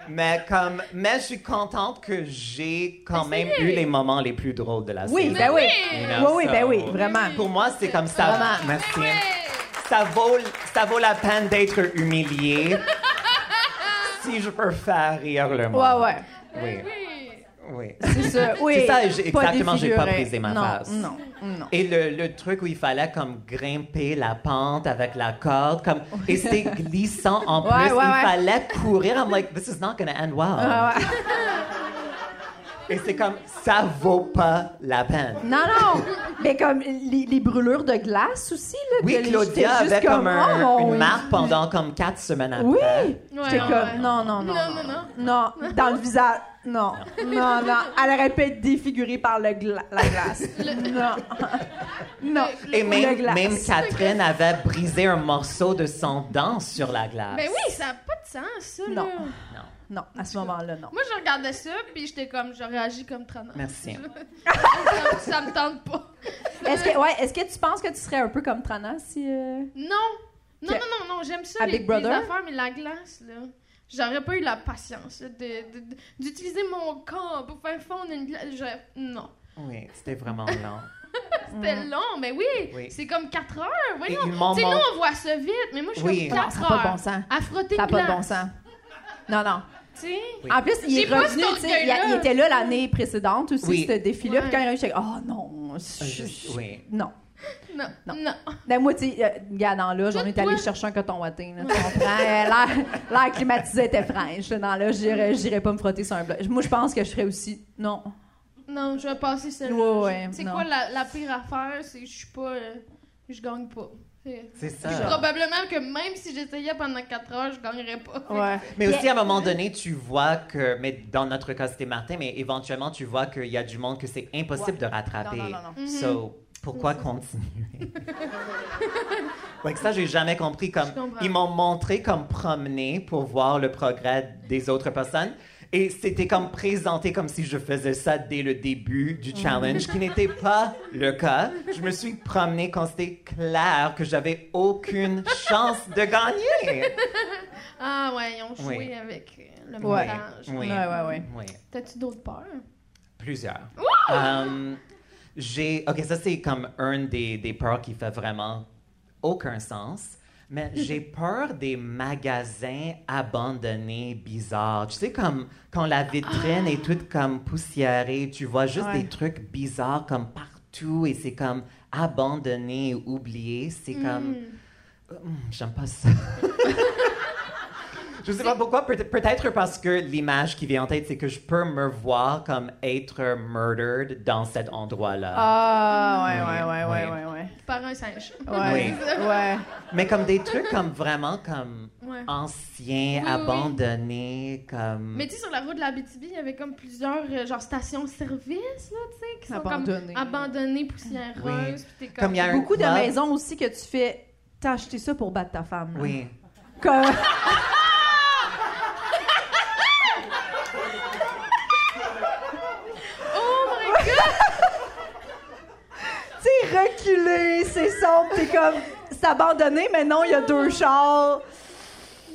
Speaker 4: Mais comme, mais je suis contente que j'ai
Speaker 3: Ah,
Speaker 4: quand même eu les moments les plus drôles de la
Speaker 2: Oui,
Speaker 4: saison.
Speaker 2: ben oui.
Speaker 4: You
Speaker 2: Oui,
Speaker 4: know,
Speaker 2: oui, ben
Speaker 4: so-
Speaker 2: oui, vraiment.
Speaker 4: Pour moi, c'est comme ça.
Speaker 2: Vraiment.
Speaker 4: Merci.
Speaker 3: Ouais!
Speaker 4: Ça vaut, ça vaut la peine
Speaker 3: *laughs*
Speaker 4: d'être humilié. si je peux faire rire le monde.
Speaker 2: Ouais, ouais.
Speaker 4: Oui,
Speaker 3: Ben Oui!
Speaker 4: oui.
Speaker 2: C'est ça, oui.
Speaker 4: C'est ça, j'ai-
Speaker 2: Pas
Speaker 4: exactement, j'ai pas
Speaker 2: défiguré.
Speaker 4: brisé ma
Speaker 2: non,
Speaker 4: face.
Speaker 2: Non, non.
Speaker 4: Et le, le truc où il fallait comme grimper la pente avec la corde, comme et c'était glissant en
Speaker 2: Ouais,
Speaker 4: plus,
Speaker 2: ouais,
Speaker 4: il
Speaker 2: ouais.
Speaker 4: fallait courir. I'm like, this is not gonna end well.
Speaker 2: Ah, ouais.
Speaker 4: Et c'est comme ça vaut pas la peine.
Speaker 2: Non, non! Mais comme les, les brûlures de glace aussi, là. que
Speaker 4: Oui,
Speaker 2: les- j'étais
Speaker 4: Claudia
Speaker 2: juste
Speaker 4: avait comme, un-
Speaker 2: oh, mon-
Speaker 4: une marque pendant comme quatre semaines après.
Speaker 2: Oui!
Speaker 3: Ouais, ouais,
Speaker 2: J'étais
Speaker 3: ouais.
Speaker 2: comme, non, non, non.
Speaker 3: Non, non, non.
Speaker 2: Non, dans le visage. Non, non, non. Elle aurait pu être défigurée par le gla- la glace. Non. non.
Speaker 4: Et
Speaker 2: Ou
Speaker 4: même,
Speaker 2: le glace.
Speaker 4: même Catherine avait brisé un morceau de son dent sur la glace.
Speaker 3: Ben oui, ça n'a pas de sens, ça,
Speaker 2: Ah, Non.
Speaker 3: là.
Speaker 2: Non, à ce moment-là, non.
Speaker 3: Moi, je regardais ça, puis j'étais comme, je réagis comme Trana.
Speaker 4: Merci.
Speaker 3: ça, *laughs* ça me tente pas.
Speaker 2: Est-ce que, ouais, est-ce que tu penses que tu serais un peu comme Trana si. euh,
Speaker 3: Non! Non,
Speaker 2: Que-
Speaker 3: non, non, non, j'aime ça,
Speaker 2: à
Speaker 3: les,
Speaker 2: Big Brother?
Speaker 3: les affaires, mais la glace, là. J'aurais pas eu la patience là, de- de- de- d'utiliser mon corps pour faire fondre une glace. J'aurais- Non.
Speaker 4: Oui, c'était vraiment lent.
Speaker 3: C'était
Speaker 2: Mm.
Speaker 3: long, mais oui!
Speaker 4: Oui.
Speaker 3: C'est comme 4 heures!
Speaker 4: Et
Speaker 3: Voyons!
Speaker 4: ils m'ont
Speaker 3: Tu sais, nous,
Speaker 4: mon-
Speaker 3: on voit ça vite, mais moi, je suis
Speaker 4: Oui.
Speaker 3: comme
Speaker 2: Non,
Speaker 3: 4
Speaker 2: ça n'a
Speaker 3: heures.
Speaker 2: pas de bon sens.
Speaker 3: À frotter
Speaker 2: Ça n'a
Speaker 3: une
Speaker 2: pas de
Speaker 3: glace,
Speaker 2: bon sens. Non, non.
Speaker 3: tu sais.
Speaker 4: Oui.
Speaker 2: En plus, il
Speaker 3: J'ai
Speaker 2: est
Speaker 3: pas
Speaker 2: revenu,
Speaker 3: cet
Speaker 2: tu sais, il, a- il
Speaker 3: orgueil-là.
Speaker 2: était là l'année précédente aussi,
Speaker 4: Oui. Ah,
Speaker 2: ce défi-là.
Speaker 3: Ouais.
Speaker 2: Puis quand il est revenu, j'étais comme, oh non, je-
Speaker 4: Je- oui.
Speaker 2: non.
Speaker 3: Non,
Speaker 2: Non.
Speaker 3: non.
Speaker 2: Ben, moi, tu sais, euh, regarde, dans l'âge, on est allé
Speaker 3: Toi-
Speaker 2: chercher un coton watté, là, tu comprends? Euh, L'air l'air climatisé était fraîche. là, Dans l'âge, j'irais j'irais pas me frotter sur un bloc. Moi, je pense que je ferais aussi, non.
Speaker 3: Non, je vais passer celle-là.
Speaker 2: Ouais, ouais,
Speaker 3: C'est
Speaker 2: non.
Speaker 3: quoi la, la pire affaire? C'est que je suis pas. euh, je gagne pas. C'est-
Speaker 4: C'est
Speaker 3: Puis
Speaker 2: Ah.
Speaker 4: ça.
Speaker 3: Probablement que même si j'essayais pendant 4 heures, je gagnerais pas.
Speaker 2: Ouais.
Speaker 4: Mais aussi, à un moment donné, tu vois que, mais dans notre cas, c'était Martin, mais éventuellement, tu vois qu'il y a du monde que c'est impossible de rattraper.
Speaker 2: Non, non, non, Mm-hmm.
Speaker 4: So,
Speaker 2: *laughs*
Speaker 4: pourquoi continuer? Donc ça, j'ai jamais compris. Comme,
Speaker 3: Je comprends.
Speaker 4: ils m'ont montré comme promener pour voir le progrès des autres personnes. Et c'était comme présenté comme si je faisais ça dès le début du
Speaker 2: Mm-hmm.
Speaker 4: challenge, qui n'était pas le cas. Je me suis promenée quand c'était clair que j'avais aucune chance de gagner.
Speaker 3: Ah ouais, ils ont joué
Speaker 4: Oui.
Speaker 3: avec euh, le
Speaker 2: Ouais.
Speaker 3: montage.
Speaker 4: Oui.
Speaker 2: Ouais, ouais, ouais.
Speaker 4: Oui.
Speaker 3: T'as-tu d'autres peurs?
Speaker 4: Plusieurs. Euh, j'ai. OK, ça, c'est comme un des, des peurs qui fait vraiment aucun sens. Mais j'ai peur des magasins abandonnés bizarres. Tu sais, comme quand la vitrine est toute comme poussiérée, tu vois juste
Speaker 2: Ouais.
Speaker 4: des trucs bizarres comme partout et c'est comme abandonné, oublié. C'est comme. Hum, J'aime pas ça. *laughs* je sais pas pourquoi. peut- Peut-être parce que l'image qui vient en tête, c'est que je peux me voir comme être murdered dans cet endroit-là.
Speaker 2: Ah, ouais, ouais, ouais, ouais,
Speaker 4: Oui.
Speaker 2: ouais, ouais.
Speaker 3: Par un singe.
Speaker 2: Ouais, ouais.
Speaker 4: Mais comme des trucs comme vraiment comme
Speaker 3: Ouais. Oui,
Speaker 4: anciens,
Speaker 3: oui,
Speaker 4: abandonnés, comme.
Speaker 3: Mais tu sais, sur la route de la BTB, il y avait comme plusieurs euh, genre stations-service, là, tu sais, qui sont
Speaker 2: Abandonnées.
Speaker 3: comme abandonnées, poussiéreuses. puis t'es comme...
Speaker 4: Comme il y a un
Speaker 2: Beaucoup de
Speaker 4: club-
Speaker 2: maisons aussi que tu fais. T'as acheté ça pour battre ta femme. là.
Speaker 3: Ah.
Speaker 4: Oui.
Speaker 2: Comme- *laughs*
Speaker 3: Oh my god!
Speaker 2: tu sais, reculé, c'est sombre, t'es comme, c'est abandonné, mais non, il y a deux chars.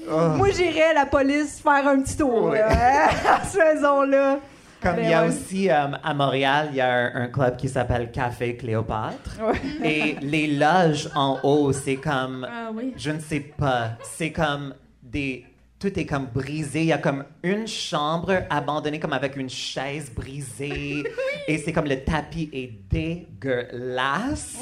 Speaker 2: Moi, j'irais à la police faire un petit tour,
Speaker 4: Oui.
Speaker 2: là, hein, *laughs* à cette maison-là.
Speaker 4: Comme
Speaker 3: Ben
Speaker 2: Mais
Speaker 4: il y a
Speaker 2: ouais.
Speaker 4: aussi euh, à Montréal, il y a un, un club qui s'appelle Café Cléopâtre.
Speaker 2: Ouais.
Speaker 4: Et les loges en haut, c'est comme
Speaker 3: Ah oui.
Speaker 4: Je ne sais pas. C'est comme des. Tout est comme
Speaker 2: *laughs*
Speaker 4: brisé. Il y a comme une chambre abandonnée, comme avec une chaise brisée. Et c'est comme le tapis est
Speaker 2: *laughs*
Speaker 4: dégueulasse.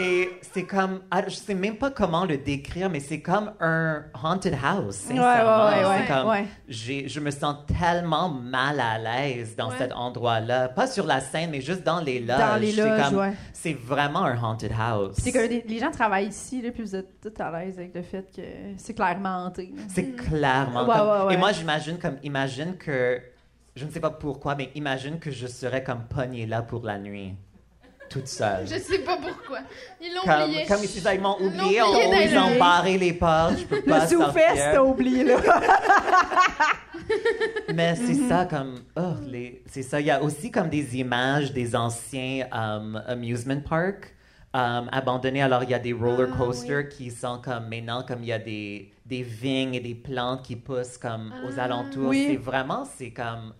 Speaker 4: Et c'est comme, ah, je sais même pas comment le décrire, mais c'est comme un haunted house. sincèrement.
Speaker 2: ouais,
Speaker 3: ouais,
Speaker 4: C'est comme,
Speaker 2: ouais.
Speaker 4: j'ai- je me sens tellement mal à l'aise dans
Speaker 3: Ouais.
Speaker 4: cet endroit-là. Pas sur la scène, mais juste dans les loges.
Speaker 2: Dans les
Speaker 4: C'est
Speaker 2: loges,
Speaker 4: comme-
Speaker 2: ouais.
Speaker 4: C'est vraiment un haunted house.
Speaker 2: C'est que les, les gens travaillent ici, là, puis vous êtes tout à l'aise avec le fait que c'est clairement hanté. là.
Speaker 4: C'est clairement.
Speaker 2: Mm. Ouais,
Speaker 4: comme-
Speaker 2: ouais, ouais.
Speaker 4: Et moi, j'imagine comme, imagine que, je ne sais pas pourquoi, mais imagine que je serais comme pognée là pour la nuit, toute
Speaker 3: *laughs*
Speaker 4: seule.
Speaker 3: Je sais pas pourquoi. Ils l'ont
Speaker 4: Comme,
Speaker 3: oublié.
Speaker 4: comme ils m'ont
Speaker 3: Ils l'ont
Speaker 4: oublié, on,
Speaker 3: oublié
Speaker 4: ils ont
Speaker 3: d'aller.
Speaker 4: barré les portes, je peux
Speaker 2: Le
Speaker 4: pas
Speaker 2: sous-fesse, t'as
Speaker 4: sortir.
Speaker 2: oublié, là.
Speaker 4: Mais c'est
Speaker 3: Mm-hmm.
Speaker 4: ça comme, oh, les- c'est ça. Il y a aussi comme des images des anciens um, amusement parks um, abandonnés. Alors il y a des roller
Speaker 3: Ah,
Speaker 4: coasters qui sont comme maintenant comme il y a des, des vignes et des plantes qui poussent comme aux
Speaker 3: Ah.
Speaker 4: alentours.
Speaker 2: Oui.
Speaker 4: C'est vraiment c'est comme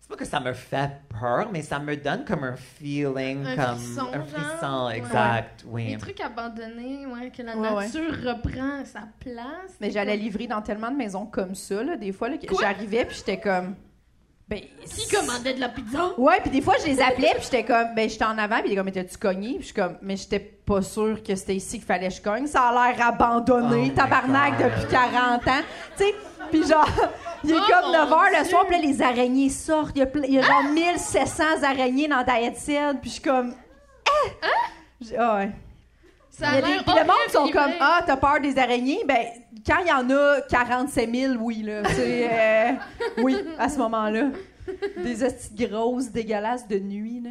Speaker 4: c'est pas que ça me fait peur, mais ça me donne comme un feeling
Speaker 3: Un
Speaker 4: comme
Speaker 3: frisson,
Speaker 4: un
Speaker 3: genre.
Speaker 4: frisson
Speaker 3: Ouais.
Speaker 4: exact.
Speaker 3: Les
Speaker 4: Oui.
Speaker 3: trucs abandonnés, ouais, que la
Speaker 2: Ouais, ouais.
Speaker 3: nature reprend sa place.
Speaker 2: *laughs* Mais j'allais livrer dans tellement de maisons comme ça, là, des fois, là, que
Speaker 3: Quoi?
Speaker 2: j'arrivais, puis j'étais comme... Ben,
Speaker 3: Qui commandait de la pizza?
Speaker 2: Ouais, puis des fois, je les appelais, puis j'étais comme, ben, j'étais en avant, puis il était comme, t'as-tu cogné? Puis je suis comme, mais j'étais pas sûre que c'était ici qu'il fallait que je cogne. Ça a l'air abandonné,
Speaker 4: Oh my
Speaker 2: tabarnak,
Speaker 4: God.
Speaker 2: depuis 40 ans. Tu sais, puis genre, il est
Speaker 3: Oh
Speaker 2: comme
Speaker 3: mon
Speaker 2: 9 h le
Speaker 3: Dieu. Ah!
Speaker 2: soir, puis là, les araignées sortent. Il y a, plein- il y a genre 1700 araignées dans Diet Scene, puis je suis comme,
Speaker 3: Hein?
Speaker 2: eh! J'ai- Ah ouais.
Speaker 3: Ça
Speaker 2: Il y a
Speaker 3: a
Speaker 2: des-
Speaker 3: l'air
Speaker 2: puis le monde
Speaker 3: horrible,
Speaker 2: sont
Speaker 3: les
Speaker 2: comme,
Speaker 3: vrais.
Speaker 2: ah, t'as peur des araignées? Ben, quand il y en a 45 000, oui, là. tu sais, euh, oui, à ce moment-là. Des hosties de grosses, dégueulasses de nuit, là.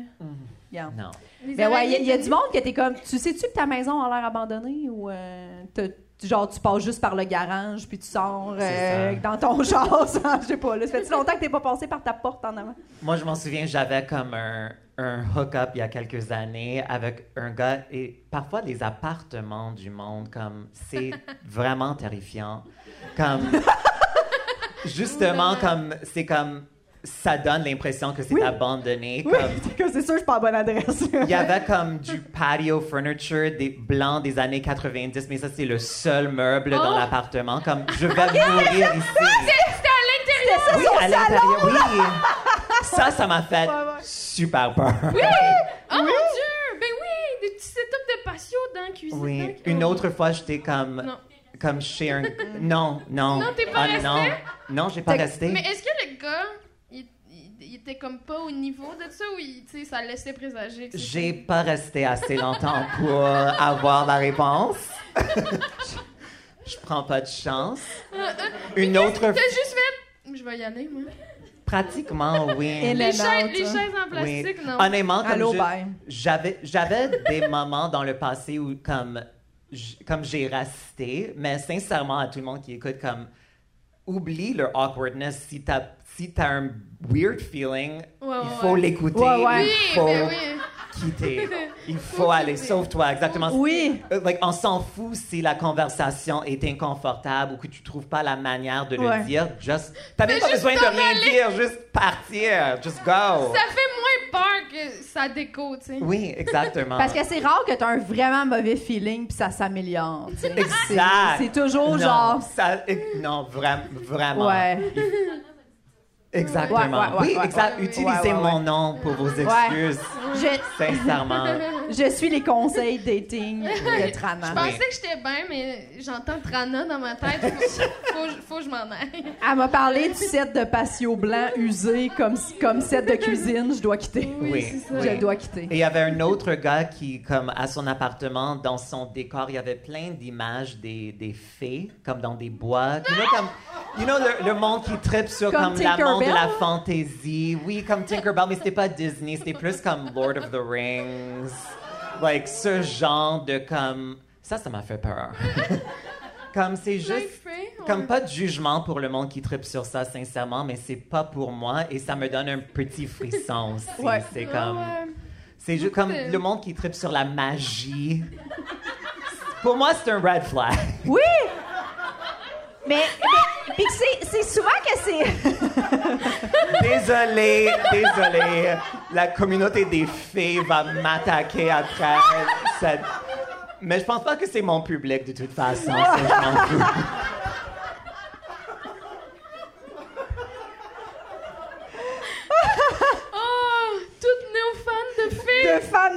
Speaker 2: Regarde.
Speaker 4: Non.
Speaker 3: Les
Speaker 2: Ben ouais, il y a- il y, a
Speaker 3: araignées
Speaker 2: du monde qui était comme, tu sais-tu que ta maison a l'air abandonnée ou euh, t'as- tu- genre tu passes juste par le garage puis tu sors euh,
Speaker 4: C'est
Speaker 2: dans ton *laughs* genre, sans- je sais pas. Là, ça fait longtemps que t'es pas passé par ta porte en avant.
Speaker 4: Moi, je m'en souviens, j'avais comme un, un hook-up il y a quelques années avec un gars et parfois les appartements du monde, comme
Speaker 2: *laughs*
Speaker 4: c'est vraiment terrifiant. Comme, justement,
Speaker 3: Ouh,
Speaker 4: comme c'est comme ça donne l'impression que c'est
Speaker 2: Oui.
Speaker 4: abandonné.
Speaker 2: Oui, *laughs*
Speaker 4: Comme,
Speaker 2: c'est que c'est sûr, je suis pas à bonne
Speaker 4: *laughs*
Speaker 2: adresse. là. *laughs*
Speaker 4: il y avait comme du patio furniture des blancs des années 90, mais ça, c'est le seul meuble dans
Speaker 3: Oh.
Speaker 4: l'appartement. Comme, je vais mourir ici.
Speaker 3: C'était à l'intérieur!
Speaker 2: C'est ça,
Speaker 4: Oui,
Speaker 2: son
Speaker 4: à
Speaker 2: salon.
Speaker 4: l'intérieur, oui. Ça, ça m'a fait
Speaker 2: Ouais, ouais.
Speaker 4: super peur.
Speaker 3: Oh mon dieu! Ben oui! Des petits setups de patio dans la cuisine. dans la
Speaker 4: Oui.
Speaker 3: cu-
Speaker 4: Une
Speaker 3: Oh.
Speaker 4: autre fois, j'étais comme,
Speaker 3: Non.
Speaker 4: comme chez un. Non, *laughs* non.
Speaker 3: Non, t'es pas
Speaker 4: Ah, non, non, j'ai pas
Speaker 2: T'as-
Speaker 4: resté.
Speaker 3: Mais est-ce que le gars, il, il- il était comme pas au niveau de ça ou il, tu sais, ça laissait présager? que c'était-
Speaker 4: J'ai pas resté assez longtemps pour avoir la réponse. *laughs* Je prends pas de chance.
Speaker 3: Ah,
Speaker 4: *laughs* Une autre,
Speaker 3: T'as juste fait. Je vais y aller, moi.
Speaker 4: pratiquement oui.
Speaker 2: Elle
Speaker 3: Les,
Speaker 2: Mais non,
Speaker 3: chaises, les
Speaker 2: toi.
Speaker 3: chaises en
Speaker 4: Oui.
Speaker 3: plastique, non.
Speaker 4: Honnêtement, comme
Speaker 2: Allô,
Speaker 4: je-
Speaker 2: bye.
Speaker 4: j'avais j'avais des *laughs* moments dans le passé où comme j- comme j'ai racheté, mais sincèrement à tout le monde qui écoute comme oublie leur awkwardness si t'as si t'as un weird feeling,
Speaker 3: Ouais,
Speaker 4: il
Speaker 3: ouais,
Speaker 4: faut
Speaker 3: ouais.
Speaker 4: l'écouter,
Speaker 2: Ouais, ouais.
Speaker 3: Oui,
Speaker 4: il faut
Speaker 3: ben oui.
Speaker 4: quitter,
Speaker 3: *laughs*
Speaker 4: il
Speaker 3: Faut
Speaker 4: faut aller,
Speaker 3: quitter.
Speaker 4: sauve-toi exactement.
Speaker 2: Oui.
Speaker 4: Euh, like, on s'en fout si la conversation est inconfortable ou que tu trouves pas la manière de le
Speaker 2: Ouais.
Speaker 4: dire. Just, t'as même
Speaker 3: Mais
Speaker 4: pas
Speaker 3: juste
Speaker 4: besoin de
Speaker 3: t'en
Speaker 4: rien
Speaker 3: aller.
Speaker 4: dire, juste partir, just go.
Speaker 3: Ça fait moins peur que ça déco, tu sais.
Speaker 4: Oui, exactement.
Speaker 2: Parce que c'est rare que t'as un vraiment mauvais feeling puis ça s'améliore. tu sais. C'est-
Speaker 4: Exact.
Speaker 2: C'est toujours
Speaker 4: Non,
Speaker 2: genre.
Speaker 4: ça- euh, non, vra- vraiment.
Speaker 2: Ouais.
Speaker 4: Exactement.
Speaker 2: Ouais, ouais, ouais,
Speaker 4: oui,
Speaker 2: ouais,
Speaker 4: exact.
Speaker 3: ouais.
Speaker 4: Utilisez
Speaker 2: Ouais, ouais,
Speaker 4: mon nom pour vos excuses.
Speaker 2: Je, *laughs*
Speaker 4: Sincèrement.
Speaker 2: je suis les conseils dating de Trana.
Speaker 3: Je pensais que j'étais bien, mais j'entends Trana dans ma tête. Faut, faut, faut que je m'en aille.
Speaker 2: Elle m'a parlé du set de patio blanc usé comme, comme set de cuisine. Je dois quitter.
Speaker 4: Oui,
Speaker 3: c'est ça.
Speaker 2: Je dois quitter.
Speaker 4: Et il y avait un autre gars qui, comme à son appartement, dans son décor, il y avait plein d'images des, des fées, comme dans des bois. You know, comme, you know, le, le monde qui tripe sur
Speaker 2: Comme
Speaker 4: comme, la monde de
Speaker 2: Tinkerbell?
Speaker 4: la fantaisie. Oui, comme Tinkerbell, mais c'était pas Disney, c'était plus comme Lord of the Rings. Like, ce genre de comme... Ça, ça m'a fait peur. *laughs* comme c'est juste... Comme pas de jugement pour le monde qui tripe sur ça, sincèrement, mais c'est pas pour moi et ça me donne un petit frisson aussi.
Speaker 2: Ouais.
Speaker 4: C'est comme... C'est juste comme
Speaker 3: Euh.
Speaker 4: le monde qui tripe sur la magie. Pour moi, c'est un red flag.
Speaker 2: Oui! Mais, mais- puis que c'est- c'est souvent que c'est. *laughs*
Speaker 4: Désolé, désolé. La communauté des fées va m'attaquer après cette... Mais je pense pas que c'est mon public de toute façon. ça, je m'en fous.
Speaker 3: Oh, toute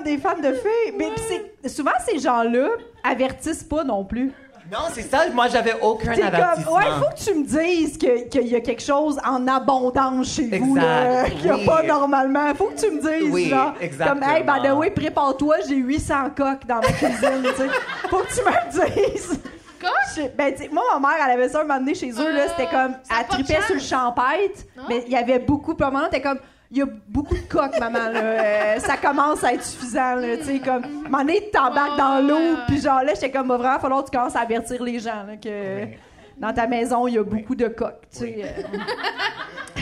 Speaker 2: des fans de filles. Mais pis c'est- souvent, ces gens-là avertissent pas non plus.
Speaker 4: Non, c'est ça. Moi, j'avais aucun
Speaker 2: T'es
Speaker 4: avertissement.
Speaker 2: comme, ouais, faut que tu me dises que- qu'il y a quelque chose en abondance chez vous,
Speaker 4: Exact,
Speaker 2: là, *laughs* qu'il n'y a
Speaker 4: oui.
Speaker 2: pas normalement. Faut que tu me dises,
Speaker 4: Oui,
Speaker 2: genre,
Speaker 4: exactement.
Speaker 2: comme, hey, by the way, prépare-toi, j'ai 800 coques dans ma cuisine, tu sais. Faut que tu me le dises.
Speaker 3: Quoi?
Speaker 2: Je- ben, tu sais, moi, ma mère, elle avait ça un moment donné chez eux, là,
Speaker 3: Ah,
Speaker 2: c'était comme,
Speaker 3: ça a
Speaker 2: elle
Speaker 3: pas de
Speaker 2: tripait
Speaker 3: chance.
Speaker 2: sur le champêtre,
Speaker 3: Ah.
Speaker 2: mais il y avait beaucoup, puis à un moment, t'es comme, il y a beaucoup de coques, maman, là. Euh, ça commence à être suffisant, là, tu sais, comme, à un moment donné, t'embarques
Speaker 3: Ouais,
Speaker 2: dans
Speaker 3: ouais,
Speaker 2: l'eau,
Speaker 3: ouais.
Speaker 2: puis genre, là, j'étais comme, va vraiment falloir que tu commences à avertir les gens, là, que
Speaker 4: Oui.
Speaker 2: dans ta maison, il y a beaucoup de coques, tu sais. euh.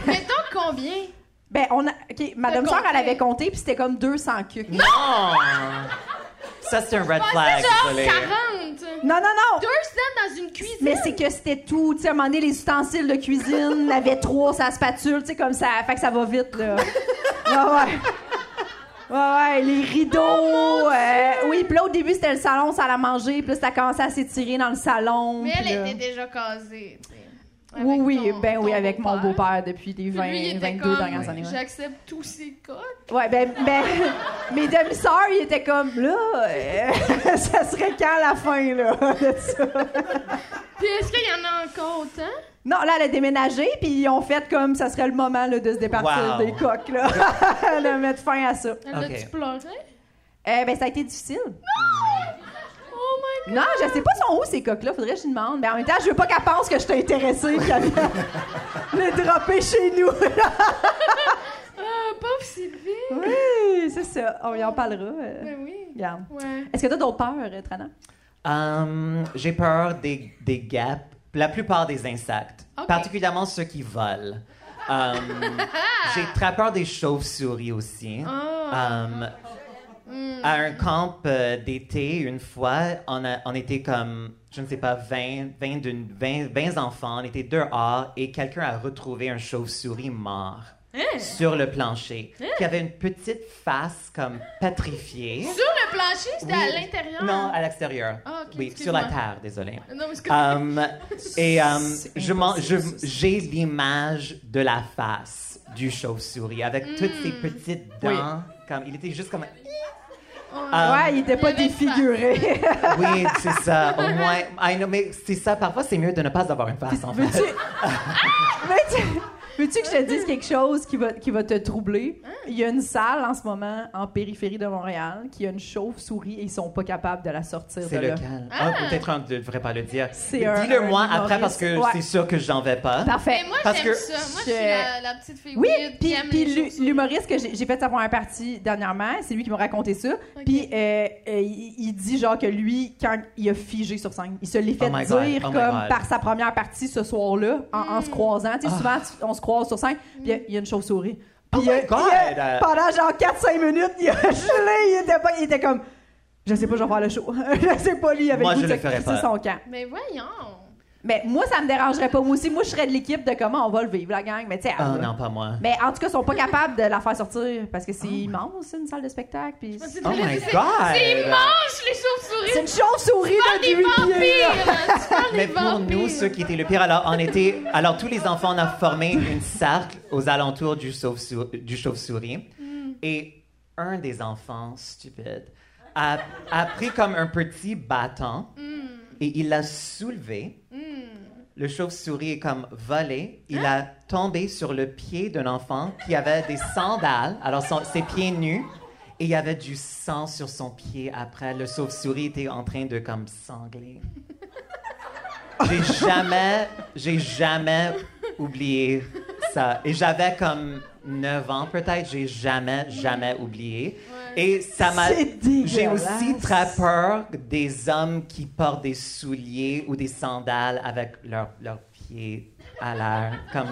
Speaker 3: Mettons combien?
Speaker 2: Ben, on a... OK, Madame
Speaker 3: T'as
Speaker 2: Sœur, elle
Speaker 3: compté.
Speaker 2: avait compté, puis c'était comme 200 cuques.
Speaker 4: Non! Ça, c'est un red
Speaker 3: Pensez
Speaker 4: flag.
Speaker 3: genre
Speaker 4: désolé.
Speaker 3: 40!
Speaker 2: Non, non, non!
Speaker 3: Deux stand dans une cuisine!
Speaker 2: Mais c'est que c'était tout, tu sais, à un moment donné, les ustensiles de cuisine, elle avait trois, sa spatule, tu sais, comme ça, fait que ça va vite, là. Ouais, ouais. Ouais, ouais, les rideaux.
Speaker 3: Oh,
Speaker 2: euh, oui, puis là, au début, c'était le salon, ça à manger, puis là, ça commençait à s'étirer dans le salon.
Speaker 3: Mais
Speaker 2: puis
Speaker 3: elle
Speaker 2: là-
Speaker 3: était déjà casée, tu sais.
Speaker 2: Oui,
Speaker 3: Avec
Speaker 2: oui,
Speaker 3: ton-
Speaker 2: ben oui,
Speaker 3: ton
Speaker 2: avec mon beau-père depuis les
Speaker 3: Puis
Speaker 2: 20,
Speaker 3: lui, il était
Speaker 2: 22
Speaker 3: comme,
Speaker 2: dernières années. ouais.
Speaker 3: J'accepte tous ces codes.
Speaker 2: Ouais, ben, ben *laughs* mes demi-sœurs, ils étaient comme, là, euh, *laughs* ça serait quand la fin, là, *laughs* de ça?
Speaker 3: Puis est-ce qu'il y en a encore autant?
Speaker 2: Non, là, elle a déménagé, puis ils ont fait comme ça serait le moment là, de se départir
Speaker 4: Wow.
Speaker 2: des coques, là, *laughs* de mettre fin à ça.
Speaker 3: Elle a-tu
Speaker 4: Ok.
Speaker 3: pleuré?
Speaker 2: Euh, ben, ça a été difficile.
Speaker 3: Oh my
Speaker 2: Non, je sais pas sont où ces coques-là, faudrait que je lui demande. Mais en même temps, je veux pas qu'elle pense que je t'ai intéressée, puis qu'elle vienne *laughs* les dropper chez nous. *laughs*
Speaker 3: god! Ah, pauvre Sylvie!
Speaker 2: oui, c'est ça, on y en parlera. euh,
Speaker 3: Ben oui.
Speaker 2: Regarde.
Speaker 3: Ouais.
Speaker 2: Est-ce que t'as d'autres peurs, euh, Trana?
Speaker 4: Hum, J'ai peur des, des guêpes, la plupart des insectes,
Speaker 3: Ok.
Speaker 4: particulièrement ceux qui volent.
Speaker 3: *laughs*
Speaker 4: Hum, J'ai très peur des chauves-souris aussi.
Speaker 3: Ah.
Speaker 4: Hum,
Speaker 3: Hmm.
Speaker 4: à un camp euh, d'été, une fois, on, a- on était comme, je ne sais pas, 20, 20, d'une- 20, 20 enfants, on était dehors et quelqu'un a retrouvé un chauve-souris mort
Speaker 3: Hein?
Speaker 4: sur le plancher qui avait une petite face comme pétrifiée.
Speaker 3: Sur le plancher, c'était à
Speaker 4: Oui.
Speaker 3: l'intérieur?
Speaker 4: Non, à l'extérieur.
Speaker 3: Ah, ok,
Speaker 4: oui, sur la
Speaker 3: excuse-moi.
Speaker 4: terre, désolé.
Speaker 3: Non, mais c'est comme...
Speaker 4: Um, et
Speaker 2: *laughs*
Speaker 4: um,
Speaker 2: C'est
Speaker 4: je m'en- je-
Speaker 2: impossible, ça.
Speaker 4: j'ai l'image de la face du chauve-souris avec toutes
Speaker 2: Hmm.
Speaker 4: ses petites dents. Comme, il était juste comme. Um,
Speaker 2: ouais, *laughs* il était pas
Speaker 3: il y avait
Speaker 2: défiguré.
Speaker 4: Oui, c'est ça. Au moins, I know, mais c'est ça. Parfois, c'est mieux de ne pas avoir une face en fait.
Speaker 2: Veux-tu... Veux-tu... veux-tu que je te dise quelque chose qui va, qui va te troubler? Il y a une salle en ce moment en périphérie de Montréal qui a une chauve-souris et ils sont pas capables de la sortir de
Speaker 4: C'est
Speaker 2: là.
Speaker 4: lequel Ah, peut-être on ne devrait pas le dire.
Speaker 2: C'est un-
Speaker 4: Dis-le-moi
Speaker 2: un
Speaker 4: après parce que
Speaker 2: humoriste. Ouais.
Speaker 4: c'est sûr que j'en vais pas.
Speaker 2: Parfait.
Speaker 3: Mais moi,
Speaker 4: parce
Speaker 3: j'aime
Speaker 4: que-
Speaker 3: ça. Moi,
Speaker 2: Je-
Speaker 3: je suis la, la petite fille
Speaker 2: Oui,
Speaker 3: weird
Speaker 2: puis
Speaker 3: qui aime les
Speaker 2: puis l'hu-
Speaker 3: chauves-souris.
Speaker 2: l'humoriste que j'ai j'ai fait sa première partie dernièrement, c'est lui qui m'a raconté ça.
Speaker 3: Ok.
Speaker 2: Puis euh, euh, il, il dit genre que lui, quand il a figé sur scène, il se l'est fait
Speaker 4: Oh my God,
Speaker 2: dire
Speaker 4: oh
Speaker 2: comme
Speaker 4: my God. Ah.
Speaker 2: par sa première partie ce soir-là, en, en
Speaker 3: Hmm.
Speaker 2: se croisant. Tu sais, souvent, tu- on se croise sur scène, puis il y a- il y a une chauve-souris. Puis
Speaker 4: Oh
Speaker 2: il y a-
Speaker 4: my God!
Speaker 2: il y a- pendant genre 4-5 minutes, il a *laughs* gelé, il était, pas, il était comme... Je sais pas, je vais faire le show. *laughs* je sais pas, lui, il avait
Speaker 4: Moi,
Speaker 2: le
Speaker 4: je
Speaker 2: goût de
Speaker 4: le ferais
Speaker 2: crisser
Speaker 4: pas.
Speaker 2: son camp.
Speaker 3: Mais voyons!
Speaker 2: Mais moi, ça me dérangerait pas. Moi aussi, moi, je serais de l'équipe de comment on va le vivre, la gang. Mais tu sais,
Speaker 4: Ah
Speaker 2: elle-
Speaker 4: non, pas moi.
Speaker 2: mais en tout cas, ils sont pas capables de la faire sortir parce que c'est immense, une salle de spectacle. puis
Speaker 3: Moi,
Speaker 2: c'est
Speaker 3: c'est-
Speaker 4: Oh my
Speaker 3: c'est-
Speaker 4: God!
Speaker 3: C'est immense, les
Speaker 2: c'est
Speaker 3: chauves-souris!
Speaker 2: une chauve-souris
Speaker 3: Tu
Speaker 2: de
Speaker 3: des
Speaker 2: 8 pieds. là.
Speaker 3: vampires! Tu
Speaker 4: *laughs*
Speaker 3: parles
Speaker 4: Mais
Speaker 3: des
Speaker 4: pour nous, ceux
Speaker 3: vampires!
Speaker 4: qui étaient le pire, alors on était, alors tous les enfants, on a formé une cercle aux alentours du, sauve-sou- du chauve-souris, et un des enfants, stupide, a, a pris comme un petit bâton et il l'a soulevé. Le chauve-souris est comme volé. Il a tombé sur le pied d'un enfant qui avait des sandales, alors son- ses pieds nus. Et il y avait du sang sur son pied après. Le chauve-souris était en train de comme sangler. J'ai jamais, j'ai jamais oublié ça. Et j'avais comme 9 ans peut-être, j'ai jamais, jamais oublié. Et ça m'a...
Speaker 2: C'est dégueulasse.
Speaker 4: J'ai aussi très peur des hommes qui portent des souliers ou des sandales avec leurs leurs pieds à l'air. Comme...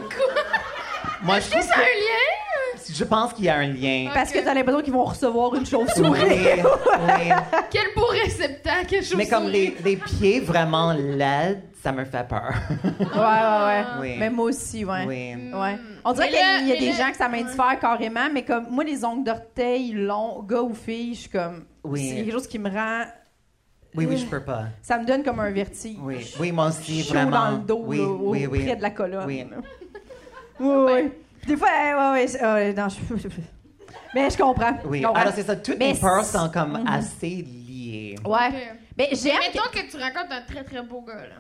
Speaker 4: Moi, je, trouve
Speaker 3: C'est un
Speaker 4: que-
Speaker 3: lien!
Speaker 4: je pense qu'il y a un lien.
Speaker 2: Parce que t'as l'impression qu'ils vont recevoir une
Speaker 4: Oui,
Speaker 2: chauve-souris.
Speaker 4: oui.
Speaker 3: Quel beau réceptacle, chauve-souris!
Speaker 4: Mais comme les, les pieds vraiment laides, ça me fait peur.
Speaker 2: *laughs* Ouais, ouais, ouais.
Speaker 4: Oui.
Speaker 2: Même Ah. moi aussi, ouais.
Speaker 4: Oui.
Speaker 2: Ouais. On dirait
Speaker 3: Mais
Speaker 2: qu'il y a-
Speaker 3: là-
Speaker 2: il y a
Speaker 3: mais
Speaker 2: des
Speaker 3: là-
Speaker 2: gens que ça m'indiffère carrément, mais comme moi, les ongles d'orteil longs, gars ou filles, je suis comme.
Speaker 4: Oui.
Speaker 2: C'est quelque chose qui me rend.
Speaker 4: Oui, oui, je peux pas.
Speaker 2: Ça me donne comme un vertige.
Speaker 4: Oui, oui moi aussi,
Speaker 2: chaud
Speaker 4: vraiment.
Speaker 2: dans le dos,
Speaker 4: oui,
Speaker 2: là, au-
Speaker 4: oui, oui.
Speaker 2: près de la colonne.
Speaker 4: Oui.
Speaker 2: Oui, oui. Des fois, euh, ouais, ouais, c'est- ouais, non, euh, je- Mais je comprends.
Speaker 4: Oui.
Speaker 2: Je comprends.
Speaker 4: Alors, c'est ça. Toutes
Speaker 2: Mais
Speaker 4: les peurs sont comme
Speaker 2: Mhm. Oh,
Speaker 4: assez liées.
Speaker 2: Ouais. Mais j'aime. que-
Speaker 3: Mettons que tu rencontres un très très beau gars, là.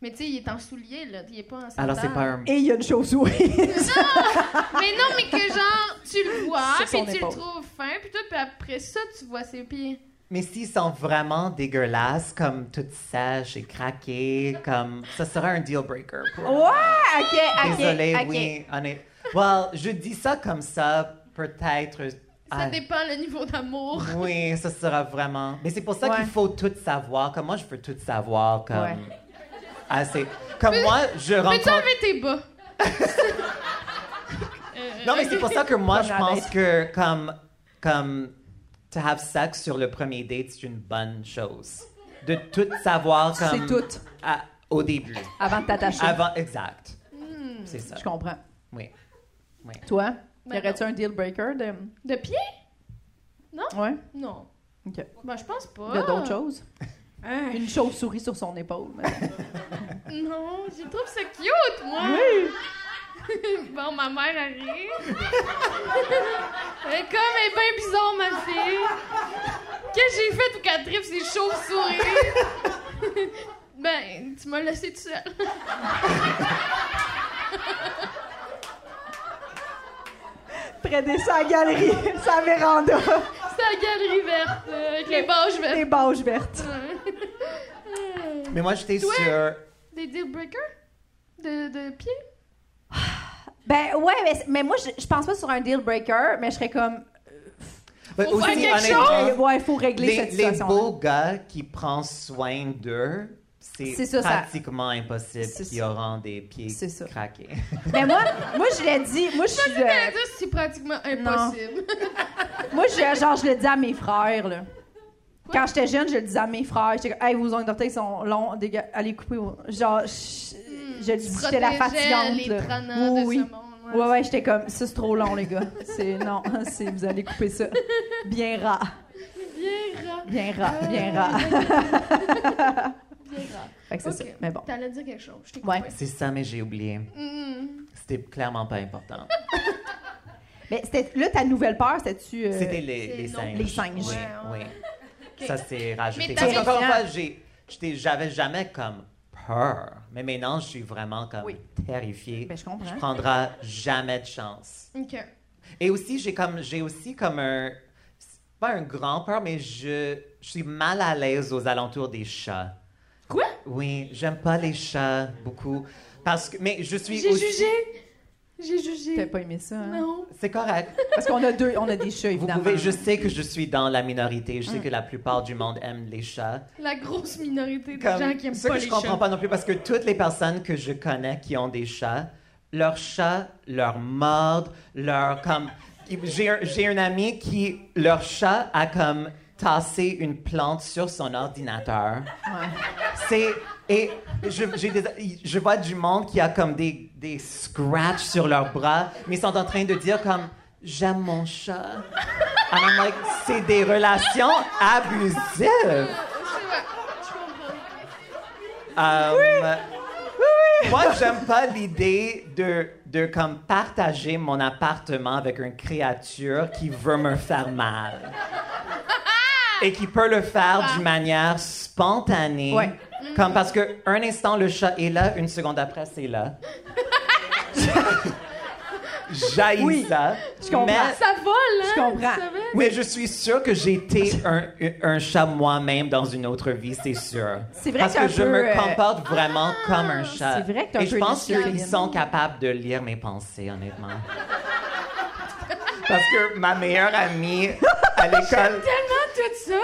Speaker 3: Mais tu sais, il est en soulier, là. Il est pas en sandales.
Speaker 4: Alors, c'est pas un.
Speaker 2: Et il y a une chauve-souris.
Speaker 3: Mais non, mais que genre, tu le vois,
Speaker 2: Sur son
Speaker 3: puis tu le
Speaker 2: épaule.
Speaker 3: trouves fin, puis tout, puis après ça, tu vois ses pieds.
Speaker 4: Mais s'ils sont vraiment dégueulasses, comme toutes sèches et craquées, comme. Ça sera un deal breaker. pour-
Speaker 2: ouais, ok, ok.
Speaker 4: Désolée,
Speaker 2: ok.
Speaker 4: oui. on est- Well, je dis ça comme ça, peut-être.
Speaker 3: Ça
Speaker 4: Ah,
Speaker 3: dépend le niveau d'amour.
Speaker 4: Oui, ça sera vraiment. Mais c'est pour ça
Speaker 2: Ouais.
Speaker 4: qu'il faut tout savoir. Comme moi, je veux tout savoir. Comme.
Speaker 2: Ouais.
Speaker 4: Ah, c'est- Comme moi, je
Speaker 3: Mais tu
Speaker 4: rencontre.
Speaker 3: enlever tes bas. Euh,
Speaker 4: Non, mais c'est pour ça
Speaker 2: *laughs*
Speaker 4: que moi,
Speaker 2: Comme
Speaker 4: je
Speaker 2: la
Speaker 4: pense que comme comme to have sex sur le premier date, c'est une bonne chose. De tout savoir comme.
Speaker 2: C'est tout.
Speaker 4: à- au début.
Speaker 2: Avant de t'attacher.
Speaker 4: Avant, exact.
Speaker 3: Hmm.
Speaker 4: C'est ça.
Speaker 2: Je comprends.
Speaker 4: Oui.
Speaker 2: Toi, y
Speaker 3: Ben
Speaker 2: aurait-tu un deal breaker de.
Speaker 3: De pied?
Speaker 2: Ouais.
Speaker 3: Non.
Speaker 2: Ok.
Speaker 3: Ben, je pense pas.
Speaker 2: De d'autres choses?
Speaker 3: Hein.
Speaker 2: Une chauve-souris sur son épaule. mais-
Speaker 3: Non, je trouve ça cute, moi. Oui. *laughs* bon, ma mère arrive. elle est comme elle est bien bizarre, ma fille. Qu'est-ce que j'ai fait pour qu'elle tripe ses chauves-souris? ben, tu m'as laissé tout seul.
Speaker 2: Près sa galerie, *laughs* sa véranda,
Speaker 3: C'est la galerie verte euh, avec les bâches
Speaker 2: les
Speaker 3: vertes.
Speaker 2: bâches vertes.
Speaker 4: Mais moi, j'étais
Speaker 3: Toi?
Speaker 4: sûre.
Speaker 3: Des deal breakers? De, de pied?
Speaker 2: Ben ouais, mais, c'est- mais moi, je, je pense pas sur un deal breaker, mais je serais comme.
Speaker 4: Mais
Speaker 3: Faut faire quelque
Speaker 4: honnêtement,
Speaker 2: Ouais, ouais, il faut régler
Speaker 4: les,
Speaker 2: cette
Speaker 4: les
Speaker 2: situation.
Speaker 4: beaux gars qui prennent soin d'eux, c'est
Speaker 2: C'est ça, ça-
Speaker 4: pratiquement impossible
Speaker 2: C'est
Speaker 4: qu'ils
Speaker 2: ça.
Speaker 4: auront des pieds
Speaker 2: C'est ça.
Speaker 4: craqués. *laughs*
Speaker 2: Mais moi, moi, je l'ai dit. Moi, je suis. euh,
Speaker 3: Ça, C'est pratiquement
Speaker 2: *laughs*
Speaker 3: impossible.
Speaker 2: Moi, je, genre, je le dis à mes frères, là. Quand j'étais jeune, je le disais à mes frères. J'étais comme, hey, vos ongles d'orteil sont longs, dégueu- allez couper. vos- Genre, je, je le dis, j'étais la
Speaker 3: Protégeait
Speaker 2: fatigante.
Speaker 3: Hmm, les
Speaker 2: là.
Speaker 3: tranants
Speaker 2: Oui,
Speaker 3: de
Speaker 2: oui.
Speaker 3: ce monde.
Speaker 2: Ouais, ouais, j'étais comme, ça c'est trop long, les gars. C'est, non, *laughs* c'est, vous allez couper ça. Bien rat,
Speaker 3: Bien rat.
Speaker 2: bien rat,
Speaker 3: Euh,
Speaker 2: bien rat.
Speaker 3: Bien rat.
Speaker 2: *laughs* Fait que c'est
Speaker 3: Euh. Ok.
Speaker 2: ça. Mais bon.
Speaker 3: T'allais dire quelque chose. Je t'ai
Speaker 2: Ouais.
Speaker 3: coupé.
Speaker 4: C'est ça, mais j'ai oublié.
Speaker 3: Mm.
Speaker 4: C'était clairement pas important.
Speaker 3: Euh,
Speaker 2: Mais c'était, là, ta nouvelle peur, c'était-tu. euh,
Speaker 4: C'était les,
Speaker 3: c'est
Speaker 4: les
Speaker 3: non.
Speaker 4: singes.
Speaker 2: Les singes.
Speaker 4: Oui,
Speaker 3: Ouais, *laughs*
Speaker 4: oui. Ça, c'est rajouté.
Speaker 3: Mais
Speaker 4: Parce
Speaker 3: t'avais-
Speaker 4: qu'encore une fois, j'ai- j'étais- j'avais jamais comme peur. Mais maintenant, je suis vraiment comme
Speaker 2: Oui.
Speaker 4: terrifiée.
Speaker 2: Ben, je comprends.
Speaker 3: Hein?
Speaker 4: Je prendrai jamais de chance.
Speaker 3: OK.
Speaker 4: Et aussi, j'ai comme, j'ai aussi comme un, c'est pas un grand peur, mais je, je suis mal à l'aise aux alentours des chats.
Speaker 3: Quoi?
Speaker 4: Oui, j'aime pas les chats beaucoup, parce que, mais je suis
Speaker 3: J'ai
Speaker 4: aussi-
Speaker 3: jugé. J'ai
Speaker 2: T'as
Speaker 3: jugé.
Speaker 2: pas aimé ça, hein?
Speaker 3: Non.
Speaker 4: C'est correct.
Speaker 2: Parce qu'on a deux, on a des chats,
Speaker 4: Vous
Speaker 2: évidemment.
Speaker 4: pouvez, je sais que je suis dans la minorité.
Speaker 3: Mm.
Speaker 4: Je sais que la plupart du monde aime les chats.
Speaker 3: La grosse minorité des
Speaker 4: Comme,
Speaker 3: gens qui aiment
Speaker 4: ce
Speaker 3: pas
Speaker 4: que
Speaker 3: les
Speaker 4: je comprends
Speaker 3: chats.
Speaker 4: pas non plus, parce que toutes les personnes que je connais qui ont des chats, leurs chats leur mordent, leur comme. J'ai un- j'ai un ami qui leur chat a comme tassé une plante sur son ordinateur. C'est et je, j'ai des- je vois du monde qui a comme des des scratchs sur leurs bras, mais ils sont en train de dire comme j'aime mon chat. And I'm like, c'est des relations abusives.
Speaker 3: C'est vrai. Je comprends.
Speaker 4: Um, Moi, j'aime pas l'idée de, de comme partager mon appartement avec une créature qui veut me faire mal. Et qui peut le faire d'une manière spontanée.
Speaker 2: Ouais.
Speaker 4: Comme parce que un instant, le chat est là, une seconde après,
Speaker 2: *laughs*
Speaker 4: c'est là. J'haïs
Speaker 2: Oui,
Speaker 4: ça.
Speaker 2: je comprends.
Speaker 4: Mais-
Speaker 3: Ça vole, hein?
Speaker 2: Je comprends.
Speaker 3: tu savais?
Speaker 4: mais je suis sûre que j'ai été
Speaker 2: *laughs*
Speaker 4: un, un chat moi-même dans une autre vie, c'est sûr.
Speaker 2: C'est vrai
Speaker 4: Parce
Speaker 2: que t'es
Speaker 4: que
Speaker 2: un
Speaker 4: je
Speaker 2: peu,
Speaker 4: me
Speaker 2: euh, Ah,
Speaker 4: comporte vraiment comme un chat.
Speaker 2: c'est vrai que t'es un
Speaker 4: Et je
Speaker 2: peu
Speaker 4: pense
Speaker 2: une
Speaker 4: qu'ils
Speaker 2: chienne.
Speaker 4: sont capables de lire mes pensées, honnêtement. Parce que ma meilleure amie à l'école,
Speaker 3: Tellement tout ça.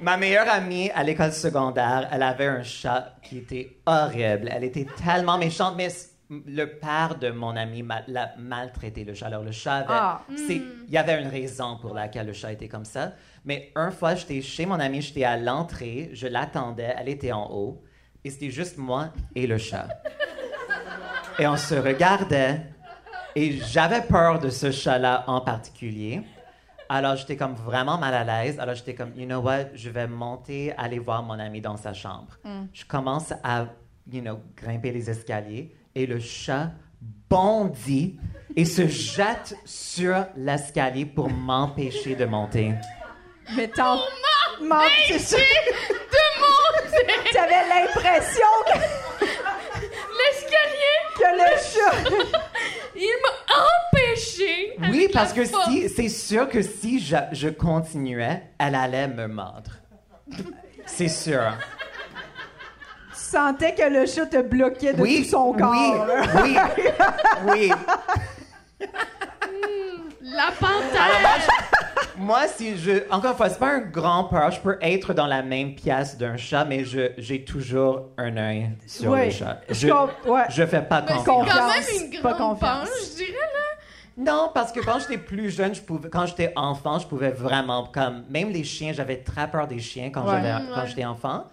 Speaker 4: ma meilleure amie à l'école secondaire, elle avait un chat qui était horrible. Elle était tellement méchante, mais c- le père de mon ami m'a- l'a maltraité le chat. Alors le chat, avait-
Speaker 2: Ah.
Speaker 4: c'est- il y avait une raison pour laquelle le chat était comme ça. Mais une fois, j'étais chez mon ami, j'étais à l'entrée, je l'attendais, elle était en haut, et c'était juste moi et le chat. Et on se regardait. Et j'avais peur de ce chat-là en particulier. Alors j'étais comme vraiment mal à l'aise. Alors j'étais comme, you know what, je vais monter, aller voir mon ami dans sa chambre. Je commence à, you know, grimper les escaliers et le chat bondit et se jette sur l'escalier pour m'empêcher de monter.
Speaker 2: Mais tant. Mon- c'est sûr.
Speaker 3: de monter
Speaker 2: J'avais l'impression que,
Speaker 3: *laughs* l'escalier.
Speaker 2: que le chat.
Speaker 3: Il m'a empêché.
Speaker 4: Oui,
Speaker 3: avec
Speaker 4: parce
Speaker 3: la
Speaker 4: que
Speaker 3: force.
Speaker 4: si, c'est sûr que si je, je continuais, elle allait me mordre. C'est sûr.
Speaker 2: Tu sentais que le chat te bloquait de tout son corps. là.
Speaker 4: Oui, oui, oui.
Speaker 3: La panthère.
Speaker 4: Moi, si je. Encore une fois, c'est pas un grand peur. Je peux être dans la même pièce d'un chat, mais je, j'ai toujours un œil sur
Speaker 2: Oui.
Speaker 4: le chat.
Speaker 2: Je
Speaker 4: Je,
Speaker 2: com- ouais.
Speaker 4: je fais pas
Speaker 3: Ben, c'est
Speaker 4: confiance.
Speaker 3: quand même
Speaker 2: Confiance,
Speaker 3: une
Speaker 2: pas
Speaker 3: grande
Speaker 2: confiance.
Speaker 3: panse, je dirais, là.
Speaker 4: Non, parce que quand j'étais plus jeune, je pouvais, quand j'étais enfant, je pouvais vraiment comme même les chiens. J'avais très peur des chiens quand
Speaker 2: Ouais.
Speaker 4: j'avais-
Speaker 3: Mm,
Speaker 4: quand
Speaker 3: ouais.
Speaker 4: j'étais enfant.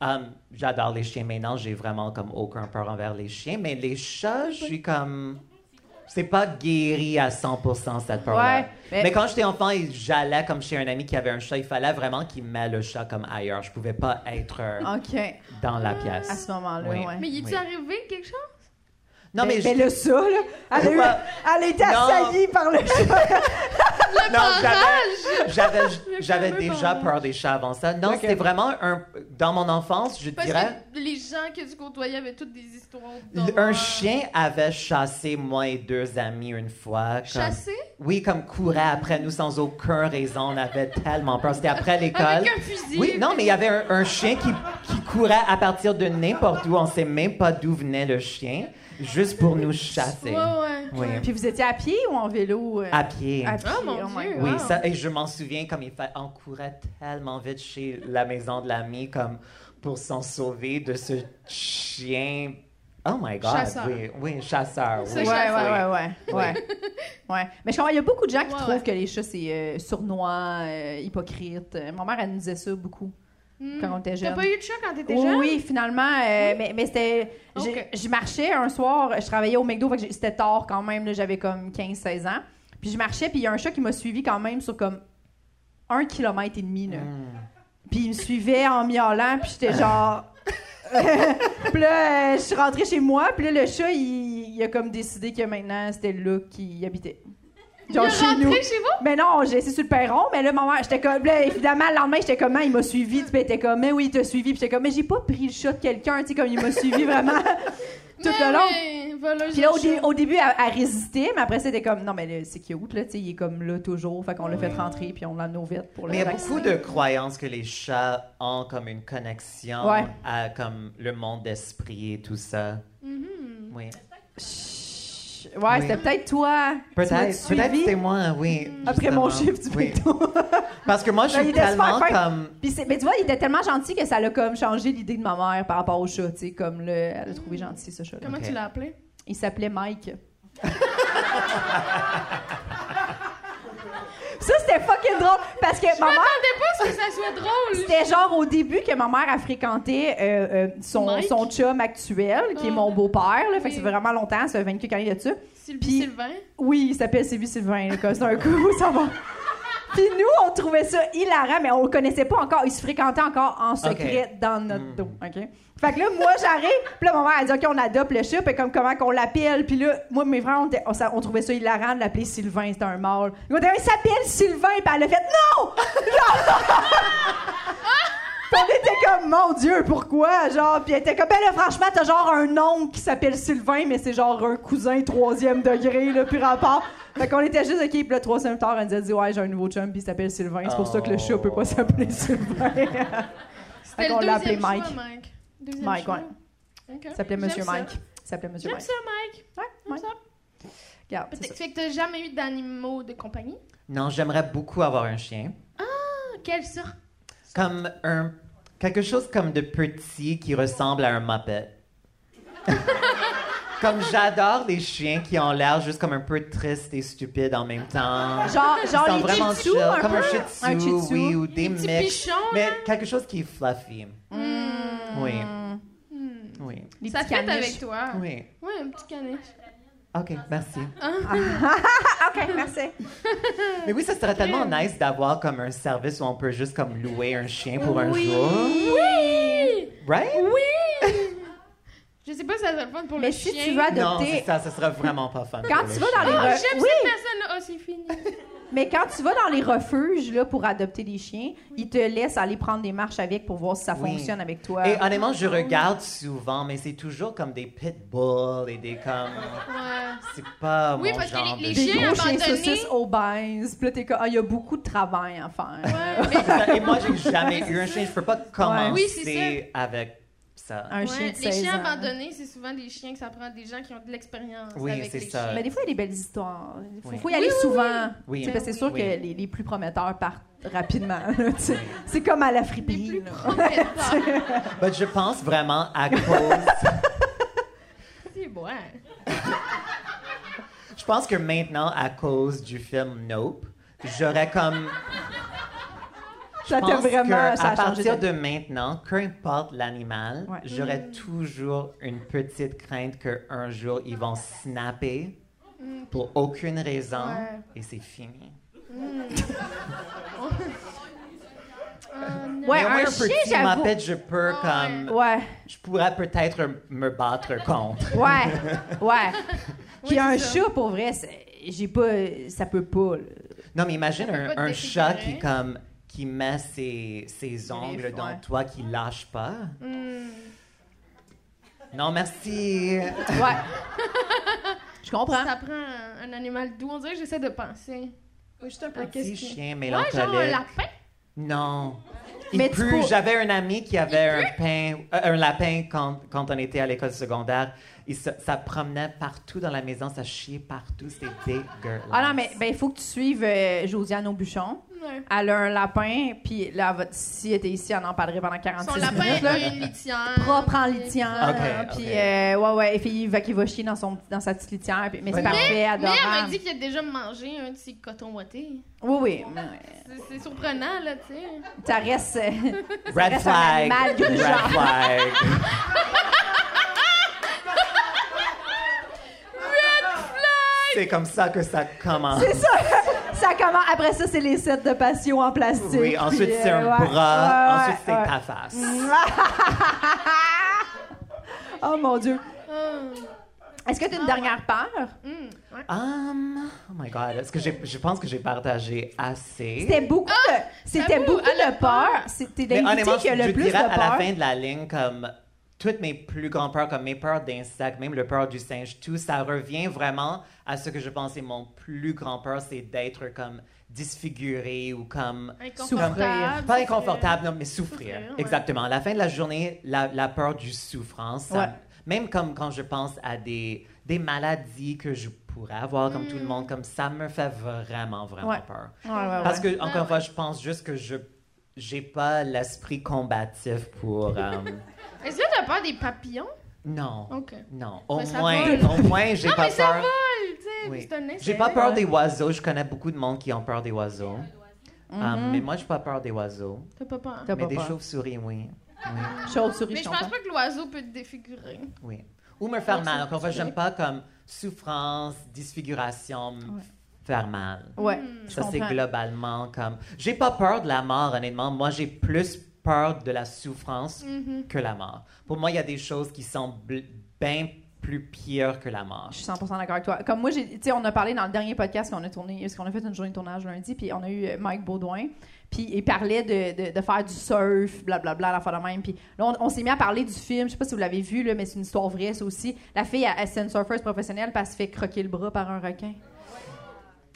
Speaker 4: Um, j'adore les chiens maintenant. J'ai vraiment comme aucun peur envers les chiens, mais les chats, je suis comme c'est pas guéri à 100% cette peur-là.
Speaker 2: Ouais, mais-
Speaker 4: mais... quand j'étais enfant, et j'allais comme chez un ami qui avait un chat. Il fallait vraiment qu'il mette le chat comme ailleurs. Je pouvais pas être euh,
Speaker 2: OK.
Speaker 4: dans la pièce.
Speaker 2: À ce moment-là,
Speaker 4: Oui.
Speaker 2: ouais.
Speaker 3: Mais il est-tu
Speaker 4: Oui.
Speaker 3: arrivé quelque chose?
Speaker 4: Non, mais,
Speaker 2: mais,
Speaker 4: je-
Speaker 2: mais le chat, là, elle, a eu-
Speaker 4: Ouais.
Speaker 2: elle a été
Speaker 4: Non.
Speaker 2: assaillie par
Speaker 4: *laughs*
Speaker 2: le chat.
Speaker 4: Non,
Speaker 3: barrage!
Speaker 4: j'avais- j'avais,
Speaker 3: Le
Speaker 4: j'avais
Speaker 3: fameux
Speaker 4: déjà
Speaker 3: barrage.
Speaker 4: peur des chats avant ça. Non,
Speaker 2: Ok.
Speaker 4: c'était vraiment un. Dans mon enfance, je
Speaker 3: Parce
Speaker 4: dirais.
Speaker 3: que les gens que tu côtoyais avaient toutes des histoires.
Speaker 4: Un
Speaker 3: d'horreur.
Speaker 4: chien avait chassé moi et deux amis une fois. comme-
Speaker 3: Chassé?
Speaker 4: Oui, comme courait après nous sans aucune raison. On avait tellement peur. C'était après l'école.
Speaker 3: Avec un fusil.
Speaker 4: Oui, non, mais il y avait un, un chien qui, qui courait à partir de n'importe où. On sait même pas d'où venait le chien, juste pour nous chasser.
Speaker 3: Ouais, ouais.
Speaker 4: Oui.
Speaker 2: Puis vous étiez à pied ou en vélo? euh?
Speaker 4: À pied.
Speaker 2: À pied,
Speaker 3: Oh, mon
Speaker 2: my
Speaker 3: Dieu.
Speaker 2: God.
Speaker 4: Oui,
Speaker 3: Wow.
Speaker 4: ça, et je m'en souviens comme il fa- on courait tellement vite chez la maison de l'ami comme pour s'en sauver de ce chien. Oh my God,
Speaker 3: Chasseur.
Speaker 4: oui, oui, chasseur.
Speaker 3: Ce
Speaker 4: Oui.
Speaker 2: Ouais,
Speaker 3: chat,
Speaker 2: ouais, ouais, ouais,
Speaker 4: Oui.
Speaker 2: ouais. Ouais. Mais je comprends, il y a beaucoup de gens qui
Speaker 3: Ouais,
Speaker 2: trouvent
Speaker 3: ouais.
Speaker 2: que les chats, c'est euh, sournois, euh, hypocrite. Euh, Ma mère, elle nous disait ça beaucoup
Speaker 3: Hmm.
Speaker 2: quand on était
Speaker 3: T'as
Speaker 2: jeunes.
Speaker 3: pas eu de chat quand t'étais
Speaker 2: Oui,
Speaker 3: jeune?
Speaker 2: Oui, finalement, euh, mais, mais c'était. j'ai-
Speaker 3: Ok.
Speaker 2: Je marchais un soir, je travaillais au McDo, fait que j'ai- c'était tard quand même, là, j'avais comme 15-16 ans. Puis je marchais, puis il y a un chat qui m'a suivi quand même sur comme un kilomètre et demi. Là.
Speaker 4: Mm.
Speaker 2: Puis il me suivait en miaulant, puis j'étais genre. *laughs* puis là, euh, je suis rentrée chez moi, puis là, le chat, il, il a comme décidé que maintenant, c'était là qu'il habitait.
Speaker 3: Il est
Speaker 2: Genre chez nous.
Speaker 3: rentré chez vous?
Speaker 2: Mais non, j'ai essayé sur le perron, mais là, maman, j'étais comme. Là, évidemment, le lendemain, j'étais comme, Ah, il m'a suivi. Tu était comme, mais oui, il t'a suivi. Puis j'étais comme, mais j'ai pas pris le chat de quelqu'un, tu sais, comme il m'a
Speaker 3: *laughs*
Speaker 2: suivi vraiment tout le long.
Speaker 3: long. Voilà,
Speaker 2: Puis là, au, dé- au début, elle, elle résistait, mais après, c'était comme, non, mais là, c'est cute, là, tu sais, il est comme là toujours. Fait qu'on l'a fait rentrer, puis on l'a amené au vet pour le
Speaker 4: Mais il y a
Speaker 2: vacciner.
Speaker 4: beaucoup de croyances que les chats ont comme une connexion
Speaker 2: Ouais.
Speaker 4: à comme le monde d'esprit et tout ça. Oui.
Speaker 2: Chut. Ouais,
Speaker 4: Oui.
Speaker 2: c'était peut-être toi. Tu m'as
Speaker 4: Peut-être,
Speaker 2: suivi
Speaker 4: peut-être c'est moi, oui.
Speaker 2: Après mon
Speaker 4: justement.
Speaker 2: chiffre du
Speaker 4: Oui.
Speaker 2: McDo.
Speaker 4: Parce que moi, je
Speaker 2: Ben, il
Speaker 4: suis
Speaker 2: était super
Speaker 4: tellement
Speaker 2: fin.
Speaker 4: comme.
Speaker 2: *laughs* Puis c'est- mais tu vois, il était tellement gentil que ça l'a comme changé l'idée de ma mère par rapport au chat, tu sais, comme le, elle a trouvé gentil ce chat-là.
Speaker 3: Comment
Speaker 4: Ok.
Speaker 3: tu l'as appelé?
Speaker 2: Il s'appelait
Speaker 4: *laughs*
Speaker 2: Mike. ça, c'était fucking drôle parce que ma
Speaker 3: Je
Speaker 2: mère,
Speaker 3: m'attendais pas à ce que ça soit drôle.
Speaker 2: c'était genre au début que ma mère a fréquenté euh, euh, son,
Speaker 3: Mike?
Speaker 2: son chum actuel, qui est
Speaker 3: Ah.
Speaker 2: mon beau-père, là, fait que
Speaker 3: Oui.
Speaker 2: ça fait vraiment longtemps, ça fait 24 années là-dessus.
Speaker 3: Sylvie
Speaker 2: Puis-
Speaker 3: Sylvain.
Speaker 2: Oui, il s'appelle Sylvie Sylvain, là, comme ça, un coup, *laughs* ça va. Puis nous, on trouvait ça hilarant, mais on le connaissait pas encore. Il se fréquentait encore en secret dans notre
Speaker 4: Mm.
Speaker 2: dos, OK? Fait que là, moi, j'arrive, puis là, ma mère, elle dit, OK, on adopte le chat, puis comme comment qu'on l'appelle. Puis là, moi, mes frères, on, était- on, sa- on trouvait ça hilarant de l'appeler Sylvain, c'était un mâle. Ils m'ont dit, il s'appelle Sylvain, puis elle a fait, non! Non! Puis on était comme, mon Dieu, pourquoi? Genre, puis elle était comme, ben là, franchement, t'as genre un oncle qui s'appelle Sylvain, mais c'est genre un cousin troisième degré, là, puis rapport. Fait qu'on était juste, OK, puis là, trois semaines plus tard, elle nous a dit, ouais, j'ai un nouveau chum, puis il s'appelle Sylvain. C'est pour ça que le chat peut
Speaker 3: Oh.
Speaker 2: pas s'appeler Sylvain.
Speaker 3: C'était
Speaker 2: qu'on
Speaker 3: le
Speaker 2: l'a
Speaker 3: deuxième choix,
Speaker 2: appelé Mike.
Speaker 3: Mike. Deuxième
Speaker 2: Mike,
Speaker 3: choix.
Speaker 2: ouais.
Speaker 3: Ok.
Speaker 2: Il *laughs* s'appelait
Speaker 3: J'aime
Speaker 2: Monsieur
Speaker 3: ça.
Speaker 2: Mike. Il s'appelait Monsieur
Speaker 3: J'aime
Speaker 2: Mike.
Speaker 3: ça, Mike.
Speaker 2: Ouais,
Speaker 3: J'aime
Speaker 2: Mike.
Speaker 3: ça.
Speaker 2: Regarde, c'est ça.
Speaker 3: Peut-être- Fait que t'as jamais eu d'animaux de compagnie?
Speaker 4: Non, j'aimerais beaucoup avoir un chien.
Speaker 3: Ah, Quelle sorte?
Speaker 4: Comme un. Quelque chose comme de petit qui ressemble à un Muppet. *laughs* comme j'adore les chiens qui ont l'air juste comme un peu tristes et stupides en même temps.
Speaker 2: Genre,
Speaker 4: Ils
Speaker 2: genre
Speaker 4: sont
Speaker 2: les
Speaker 4: vraiment
Speaker 2: Shih Tzu,
Speaker 4: chill,
Speaker 2: un
Speaker 4: comme
Speaker 2: peu?
Speaker 4: un shih tzu,
Speaker 2: Un Shih Tzu.
Speaker 4: oui, ou des
Speaker 3: Des petits
Speaker 4: mix.
Speaker 3: bichons,
Speaker 4: Mais
Speaker 3: là.
Speaker 4: quelque chose qui est fluffy. Oui,
Speaker 3: Hmm.
Speaker 4: oui,
Speaker 2: Mm. Les
Speaker 3: Ça
Speaker 2: petits
Speaker 3: fait
Speaker 2: caniches.
Speaker 3: avec toi.
Speaker 4: oui.
Speaker 3: Ouais, un petit caniche.
Speaker 4: OK, merci.
Speaker 2: Ah, OK, merci.
Speaker 4: Mais oui, ça serait tellement nice d'avoir comme un service où on peut juste comme louer un chien pour un
Speaker 2: Oui.
Speaker 4: jour.
Speaker 3: Oui!
Speaker 2: *laughs*
Speaker 4: Right?
Speaker 3: Oui! Je sais pas si ça serait le fun pour
Speaker 2: Mais
Speaker 3: le
Speaker 2: si
Speaker 3: chien.
Speaker 2: tu veux
Speaker 4: Non,
Speaker 2: adopter.
Speaker 4: c'est ça, ce serait vraiment pas fun.
Speaker 2: Quand
Speaker 4: pour
Speaker 2: tu
Speaker 4: le
Speaker 2: vas dans les
Speaker 3: Oh,
Speaker 2: re-
Speaker 3: j'aime
Speaker 2: Oui.
Speaker 3: cette personne-là. Oh, c'est fini.
Speaker 2: Mais quand tu vas dans les refuges là, pour adopter des chiens, ils te laissent aller prendre des marches avec pour voir si ça
Speaker 4: Oui.
Speaker 2: fonctionne avec toi.
Speaker 4: Et honnêtement, je regarde souvent, mais c'est toujours comme des pitbulls et des comme.
Speaker 3: Ouais.
Speaker 2: *laughs*
Speaker 4: C'est pas
Speaker 3: Oui,
Speaker 4: mon
Speaker 3: parce que
Speaker 4: genre
Speaker 3: les- les
Speaker 4: de
Speaker 2: des
Speaker 4: choses.
Speaker 3: chiens-
Speaker 2: gros chiens
Speaker 3: abandonnés.
Speaker 2: saucisses obèses. Puis là, t'es comme, ah, il y a beaucoup de travail à faire.
Speaker 3: Ouais, mais-
Speaker 4: C'est ça, Et moi, j'ai jamais eu un chien. Je
Speaker 3: *laughs*
Speaker 4: peux pas commencer
Speaker 3: Oui, c'est
Speaker 4: avec ça.
Speaker 2: Un chien
Speaker 3: Ouais,
Speaker 2: de
Speaker 3: les
Speaker 2: 16
Speaker 3: chiens
Speaker 2: ans. hein.
Speaker 3: abandonnés, c'est souvent des chiens que ça prend des gens qui ont de l'expérience
Speaker 4: Oui,
Speaker 3: avec
Speaker 4: c'est
Speaker 3: les
Speaker 4: ça.
Speaker 3: chiens.
Speaker 2: Mais des fois, il y a des belles histoires. Il faut,
Speaker 4: Oui.
Speaker 2: faut y aller souvent.
Speaker 4: Oui.
Speaker 2: Tu sais, parce que c'est sûr
Speaker 4: Oui.
Speaker 2: que les, les plus prometteurs partent rapidement. là, tu sais. c'est comme à la
Speaker 3: Les
Speaker 2: friperie.
Speaker 3: plus
Speaker 2: là.
Speaker 3: prometteurs.
Speaker 4: But je pense vraiment à cause.
Speaker 3: c'est bon.
Speaker 4: je pense que maintenant, à cause du film Nope, j'aurais comme.
Speaker 2: *laughs* Ça
Speaker 4: Je
Speaker 2: t'a
Speaker 4: pense
Speaker 2: vraiment.
Speaker 4: que
Speaker 2: Ça
Speaker 4: à
Speaker 2: a changé
Speaker 4: partir
Speaker 2: ta
Speaker 4: de maintenant, peu importe l'animal,
Speaker 2: Ouais.
Speaker 4: j'aurais toujours une petite crainte qu'un jour ils vont snapper pour aucune raison
Speaker 3: Ouais.
Speaker 4: et c'est fini.
Speaker 3: Ah, non.
Speaker 2: Ouais,
Speaker 4: Mais au moins,
Speaker 2: un
Speaker 4: petit
Speaker 2: chien, j'avoue.
Speaker 4: Muppet, je peux comme.
Speaker 2: vie. Ouais,
Speaker 4: Je pourrais peut-être me battre contre.
Speaker 2: ouais, ouais. Puis
Speaker 3: Oui,
Speaker 2: un
Speaker 3: c'est ça.
Speaker 2: chat, pour vrai, c'est- j'ai pas. Ça peut pas. là.
Speaker 4: Non, mais imagine
Speaker 3: peut
Speaker 4: un,
Speaker 3: pas te
Speaker 4: un chat qui
Speaker 3: défigurer.
Speaker 4: comme qui met ses, ses ongles
Speaker 2: Griffes,
Speaker 4: dans
Speaker 2: ouais.
Speaker 4: toi, qui lâche pas.
Speaker 3: Hmm.
Speaker 4: Non, merci.
Speaker 2: Ouais. *laughs* Je comprends.
Speaker 3: Ça prend un, un animal doux. On dirait que j'essaie de penser. Oui, juste un peu.
Speaker 4: Petit Ah, chien
Speaker 3: Ouais,
Speaker 4: mélancolique.
Speaker 3: genre un lapin.
Speaker 4: Non. Il
Speaker 2: Mais tu
Speaker 4: pue.
Speaker 2: pour-
Speaker 4: J'avais un ami qui avait un, pain, euh, un lapin quand, quand on était à l'école secondaire. Il se- ça promenait partout dans la maison, ça chiait partout, c'était dégueulasse.
Speaker 2: Ah non, mais ben, il faut que tu suives euh, Josiane Aubuchon.
Speaker 3: Ouais.
Speaker 2: Elle a un lapin, puis là, votre- si elle était ici, elle en parlerait pendant 46
Speaker 3: Son lapin
Speaker 2: minutes. là.
Speaker 3: a une litière.
Speaker 2: propre en litière.
Speaker 4: Ok,
Speaker 2: hein,
Speaker 4: ok.
Speaker 2: Puis, euh, ouais, ouais. Et puis, il va, qu'il va chier dans, son, dans sa petite litière. puis- mais c'est
Speaker 4: Mais-
Speaker 2: parfait,
Speaker 3: Mais elle m'a
Speaker 2: adorable.
Speaker 3: dit qu'il a déjà mangé un de ses cotons ouatés.
Speaker 2: Oui, oui. ouais.
Speaker 3: C'est- C'est surprenant, là, tu sais.
Speaker 2: Ça reste. euh, *laughs*
Speaker 4: Red
Speaker 2: reste un
Speaker 4: flag.
Speaker 2: animal
Speaker 4: Red
Speaker 2: grugeant.
Speaker 4: flag. C'est comme ça que ça commence.
Speaker 2: c'est ça. ça commence. Après ça, c'est les sets de patio en plastique.
Speaker 4: Oui, ensuite
Speaker 2: puis, euh,
Speaker 4: c'est un
Speaker 2: ouais,
Speaker 4: bras,
Speaker 2: ouais,
Speaker 4: ensuite c'est
Speaker 2: ouais.
Speaker 4: ta face.
Speaker 2: Oh mon Dieu.
Speaker 3: Ah.
Speaker 2: Est-ce que tu as une dernière peur?
Speaker 3: Hmm. Ouais.
Speaker 4: Um, oh my god, est-ce que j'ai- je pense que j'ai partagé assez.
Speaker 2: C'était beaucoup de,
Speaker 3: Eh.
Speaker 2: c'était
Speaker 3: Ah! j'avoue,
Speaker 2: beaucoup
Speaker 3: elle a
Speaker 2: de peur. C'était
Speaker 4: Mais
Speaker 2: l'invité
Speaker 4: honnêtement,
Speaker 2: qui a
Speaker 4: je
Speaker 2: le plus de
Speaker 4: dirais
Speaker 2: peur.
Speaker 4: à la fin de la ligne, comme toutes mes plus grandes peurs, comme mes peurs d'insectes, même le peur du singe, tout, ça revient vraiment à ce que je pensais mon plus grand peur, c'est d'être comme disfiguré ou comme...
Speaker 3: Inconfortable.
Speaker 4: Pas
Speaker 3: c'est-
Speaker 4: inconfortable, non, mais souffrir.
Speaker 3: Ah, Souffrir, ouais.
Speaker 4: Exactement. À la fin de la journée, la, la peur du souffrance, ça-
Speaker 2: Ouais.
Speaker 4: même comme quand je pense à des, des maladies que je pourrais avoir, comme
Speaker 3: Hmm.
Speaker 4: tout le monde, comme ça me fait vraiment, vraiment
Speaker 2: Ouais.
Speaker 4: peur.
Speaker 2: Ouais, ouais, ouais.
Speaker 4: Parce que,
Speaker 3: Ah Ouais,
Speaker 4: encore une fois, je pense juste que je j'ai pas l'esprit combatif pour.
Speaker 3: *laughs*
Speaker 4: euh,
Speaker 3: Est-ce que t'as peur des papillons?
Speaker 4: non.
Speaker 3: Ok.
Speaker 4: Non. Au
Speaker 3: Mais ça
Speaker 4: moins,
Speaker 3: vole.
Speaker 4: au moins, j'ai
Speaker 3: Non,
Speaker 4: pas
Speaker 3: mais ça
Speaker 4: peur.
Speaker 3: vole, tu sais.
Speaker 4: Oui.
Speaker 3: puis c'est un
Speaker 4: J'ai
Speaker 3: insecte.
Speaker 4: pas peur des oiseaux. Je connais beaucoup de monde qui ont peur des oiseaux.
Speaker 3: Mm-hmm.
Speaker 4: Euh, mais moi, j'ai pas peur des oiseaux.
Speaker 3: T'as pas peur.
Speaker 2: T'as
Speaker 4: mais
Speaker 2: pas
Speaker 4: des
Speaker 2: peur.
Speaker 4: chauves-souris, oui.
Speaker 3: Ah.
Speaker 4: Oui.
Speaker 2: Chauve-souris,
Speaker 3: Mais je
Speaker 2: je
Speaker 3: pense
Speaker 2: comprends.
Speaker 3: pas que l'oiseau peut te défigurer.
Speaker 4: Oui. Ou me faire
Speaker 3: Ouais,
Speaker 4: mal.
Speaker 3: c'est-
Speaker 4: Encore une fois,
Speaker 3: c'est
Speaker 4: j'aime pas comme souffrance, disfiguration, me faire mal.
Speaker 2: Ouais.
Speaker 3: mm,
Speaker 2: je
Speaker 4: Ça, c'est
Speaker 2: comprends.
Speaker 4: globalement comme. J'ai pas peur de la mort, honnêtement. Moi, j'ai plus peur de la souffrance que la mort. Pour moi, il y a des choses qui sont bl- bien plus pires que la mort.
Speaker 2: Je suis 100% d'accord avec toi. Comme moi, j'ai- tu sais, on a parlé dans le dernier podcast qu'on a tourné, parce qu'on a fait une journée de tournage lundi, puis on a eu euh, Mike Baudouin, puis il parlait de, de- de faire du surf, blablabla, la fin de même. Puis là, on, on s'est mis à parler du film, je sais pas si vous l'avez vu, là, mais c'est une histoire vraie, ça aussi. La fille, elle, elle, c'est une surfeuse professionnelle, parce qu'elle se fait croquer le bras par un requin.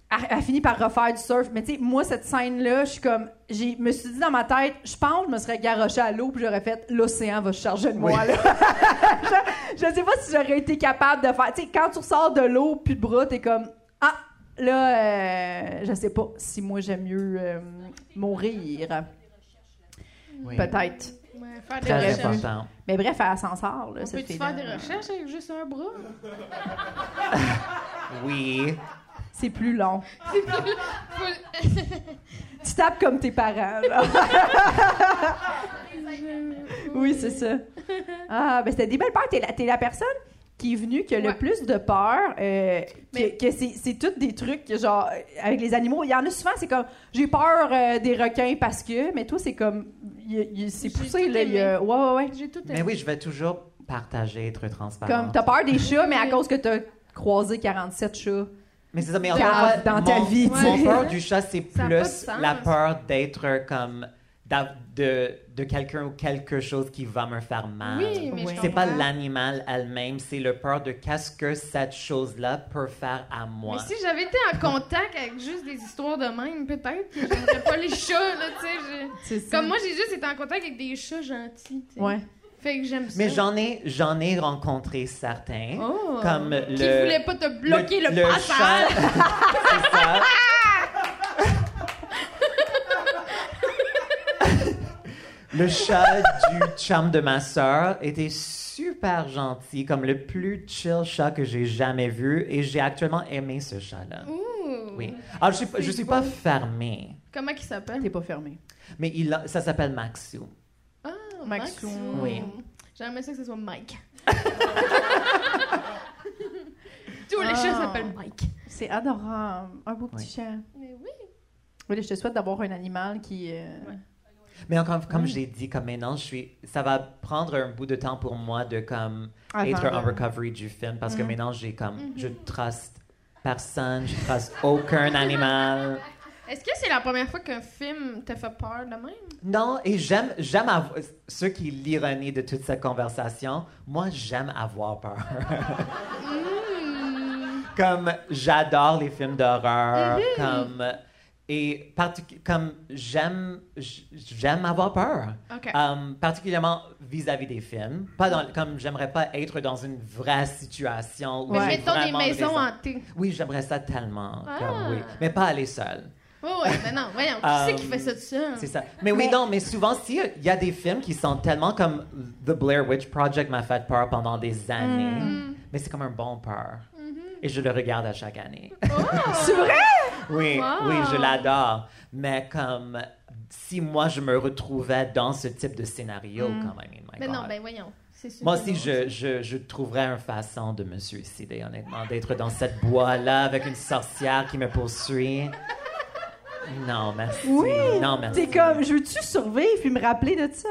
Speaker 2: Elle, elle finit par refaire du surf. Mais tu sais, moi, cette scène-là, je suis comme. Je me suis dit dans ma tête, je pense que je me serais garochée à l'eau, puis j'aurais fait l'océan va se charger de moi, là. Je sais pas si j'aurais été capable de faire. Tu sais, quand tu ressors de l'eau puis de bras, t'es comme Ah, là, euh, je sais pas si moi j'aime mieux euh, mourir.
Speaker 4: Oui.
Speaker 2: Peut-être.
Speaker 3: Ouais, faire des
Speaker 4: Très
Speaker 2: Bref.
Speaker 3: recherches.
Speaker 4: important.
Speaker 2: Mais bref, elle s'en sort, là,
Speaker 3: On
Speaker 2: cette
Speaker 3: peut-tu
Speaker 2: fille-là.
Speaker 3: faire des recherches avec juste un bras?
Speaker 4: Oui.
Speaker 2: C'est plus long.
Speaker 3: Faut-
Speaker 2: Tu tapes comme tes parents, là. Oui, c'est *laughs* ça. Ah, ben c'était des belles peurs. T'es la, t'es la personne qui est venue qui a le
Speaker 3: Ouais.
Speaker 2: plus de peur. euh,
Speaker 3: Mais-
Speaker 2: Que, que c'est, c'est toutes des trucs, que genre, euh, avec les animaux. Il y en a souvent, c'est comme, j'ai peur euh, des requins parce que, mais toi, c'est comme, il- il- c'est
Speaker 3: J'ai
Speaker 2: poussé,
Speaker 3: tout
Speaker 2: là. il y a- ouais, ouais, ouais.
Speaker 3: J'ai tout
Speaker 4: Mais
Speaker 3: aimé.
Speaker 4: oui, je vais toujours partager, être transparent.
Speaker 2: Comme, t'as peur des chats, *laughs* mais à cause que t'as croisé 47 chats.
Speaker 4: Mais c'est ça, mais
Speaker 2: Car-
Speaker 4: encore une fois,
Speaker 2: dans ta
Speaker 4: mon-
Speaker 2: vie, tu
Speaker 4: Mon
Speaker 3: sais.
Speaker 4: peur du chat, c'est
Speaker 3: Ça a pas de
Speaker 4: plus
Speaker 3: sens.
Speaker 4: la peur d'être comme d'a- de, de quelqu'un ou quelque chose qui va me faire mal.
Speaker 3: Oui, mais
Speaker 2: Oui.
Speaker 3: je
Speaker 4: C'est pas
Speaker 3: comprends.
Speaker 4: l'animal elle-même, c'est le peur de qu'est-ce que cette chose-là peut faire à moi.
Speaker 3: Mais si j'avais été en contact avec juste des histoires de même, peut-être que j'aimerais pas les chats, là, tu sais. je-
Speaker 2: C'est ça.
Speaker 3: Comme moi, j'ai juste été en contact avec des chats gentils, tu sais.
Speaker 2: Ouais.
Speaker 3: Fait que j'aime ça.
Speaker 4: Mais j'en ai, j'en ai rencontré certains.
Speaker 3: Oh.
Speaker 4: Comme
Speaker 3: Qui
Speaker 4: le.
Speaker 3: voulait pas te bloquer le, passage.
Speaker 4: chat-
Speaker 3: *laughs*
Speaker 4: c'est ça. le chat du chum de ma sœur était super gentil, comme le plus chill chat que j'ai jamais vu, et j'ai actuellement aimé ce chat-là.
Speaker 3: Ouh.
Speaker 4: Oui. Alors, je suis, pas- je
Speaker 3: C'est
Speaker 4: suis
Speaker 3: beau.
Speaker 4: pas fermée,
Speaker 3: Comment il s'appelle?
Speaker 2: T'es pas fermé.
Speaker 4: mais il a- ça s'appelle Maxou.
Speaker 3: Ah,
Speaker 2: Maxou.
Speaker 4: Oui.
Speaker 3: J'aimerais ça que ce soit
Speaker 4: *laughs*
Speaker 3: Mike. Tous les
Speaker 2: Ah.
Speaker 3: chats s'appellent Mike.
Speaker 2: C'est adorable. Un beau petit
Speaker 4: Oui.
Speaker 2: chat.
Speaker 3: Mais oui.
Speaker 2: Oui, je te souhaite d'avoir un animal qui. euh,
Speaker 3: Ouais.
Speaker 4: Mais encore, comme
Speaker 2: Mm.
Speaker 4: j'ai dit, comme maintenant, je suis, ça va prendre un bout de temps pour moi de comme
Speaker 2: Avant,
Speaker 4: être en
Speaker 2: ouais.
Speaker 4: recovery du film parce que
Speaker 2: Mm.
Speaker 4: maintenant j'ai comme,
Speaker 3: Mhm.
Speaker 4: je trust personne, je trust aucun animal.
Speaker 3: Est-ce que c'est la première fois qu'un film t'a fait peur de même?
Speaker 4: Non, et j'aime, j'aime avoir, ce qui est l'ironie de toute cette conversation, moi j'aime avoir peur. *laughs*
Speaker 3: Hmm.
Speaker 4: comme j'adore les films d'horreur,
Speaker 3: Mm-hmm.
Speaker 4: comme et particu- comme j'aime j- j'aime avoir peur,
Speaker 3: Ok.
Speaker 2: Ah,
Speaker 4: Um, particulièrement vis-à-vis des films. Pas dans comme j'aimerais pas être dans une vraie situation. Où
Speaker 3: Mais
Speaker 4: j'ai
Speaker 3: mettons des
Speaker 4: vraiment de
Speaker 3: maisons
Speaker 4: raison.
Speaker 3: hantées.
Speaker 4: Oui, j'aimerais ça tellement,
Speaker 3: Ah.
Speaker 4: comme, oui. mais pas aller seul.
Speaker 3: Oh, ouais, mais non, voyons, qui
Speaker 4: Euh,
Speaker 3: c'est qui fait ça tout seul?
Speaker 4: C'est ça. Mais oui,
Speaker 2: Mais-
Speaker 4: non, mais souvent, s'il y a des films qui sont tellement comme The Blair Witch Project m'a fait peur pendant des années,
Speaker 3: Hum.
Speaker 4: mais c'est comme un bon peur.
Speaker 3: Mm-hmm.
Speaker 4: Et je le regarde à
Speaker 3: *laughs*
Speaker 4: chaque année.
Speaker 2: C'est vrai?
Speaker 4: Oui,
Speaker 3: Wow.
Speaker 4: oui, je l'adore. Mais comme si moi je me retrouvais dans ce type de scénario, comme I mean, my
Speaker 3: Hum. Mais
Speaker 4: God.
Speaker 3: non, ben voyons. C'est sûr.
Speaker 4: moi aussi, je, je, je trouverais un façon de me suicider, honnêtement, d'être dans cette boîte-là avec une sorcière qui me poursuit. Non, merci.
Speaker 2: Oui!
Speaker 4: Non, merci.
Speaker 2: T'es comme, je veux-tu survivre puis me rappeler de ça?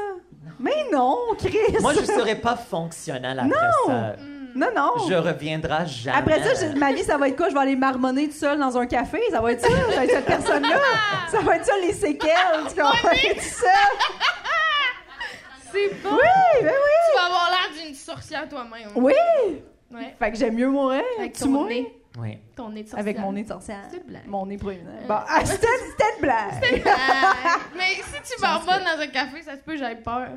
Speaker 2: Mais non, Chris!
Speaker 4: Moi, je serais pas fonctionnel après
Speaker 2: Non.
Speaker 4: ça.
Speaker 2: *laughs* Non, non!
Speaker 4: Je reviendrai jamais.
Speaker 2: Après ça, j'ai- ma vie, ça va être quoi? Je vais aller marmonner tout seul dans un café? Ça va être ça, ça va être
Speaker 3: *laughs*
Speaker 2: cette personne-là? Ça va être ça, les séquelles? Tu comprends? *laughs* Tout ça?
Speaker 3: C'est bon!
Speaker 2: Oui, ben
Speaker 3: Tu
Speaker 2: oui!
Speaker 3: vas avoir l'air d'une sorcière toi-même.
Speaker 2: Oui!
Speaker 3: Ouais.
Speaker 2: Fait que j'aime mieux mourir.
Speaker 3: Avec
Speaker 2: Tu
Speaker 3: ton
Speaker 2: mouris?
Speaker 3: nez.
Speaker 4: Oui.
Speaker 3: Ton nez de sorcière.
Speaker 2: Avec mon nez de sorcière.
Speaker 3: C'est une *laughs* blague. Euh,
Speaker 2: Mon nez proéminent. Bon, *laughs* ah, c'était c'était une blague.
Speaker 3: Ah, mais si tu m'en vas dans un café, ça se peut que j'aille peur.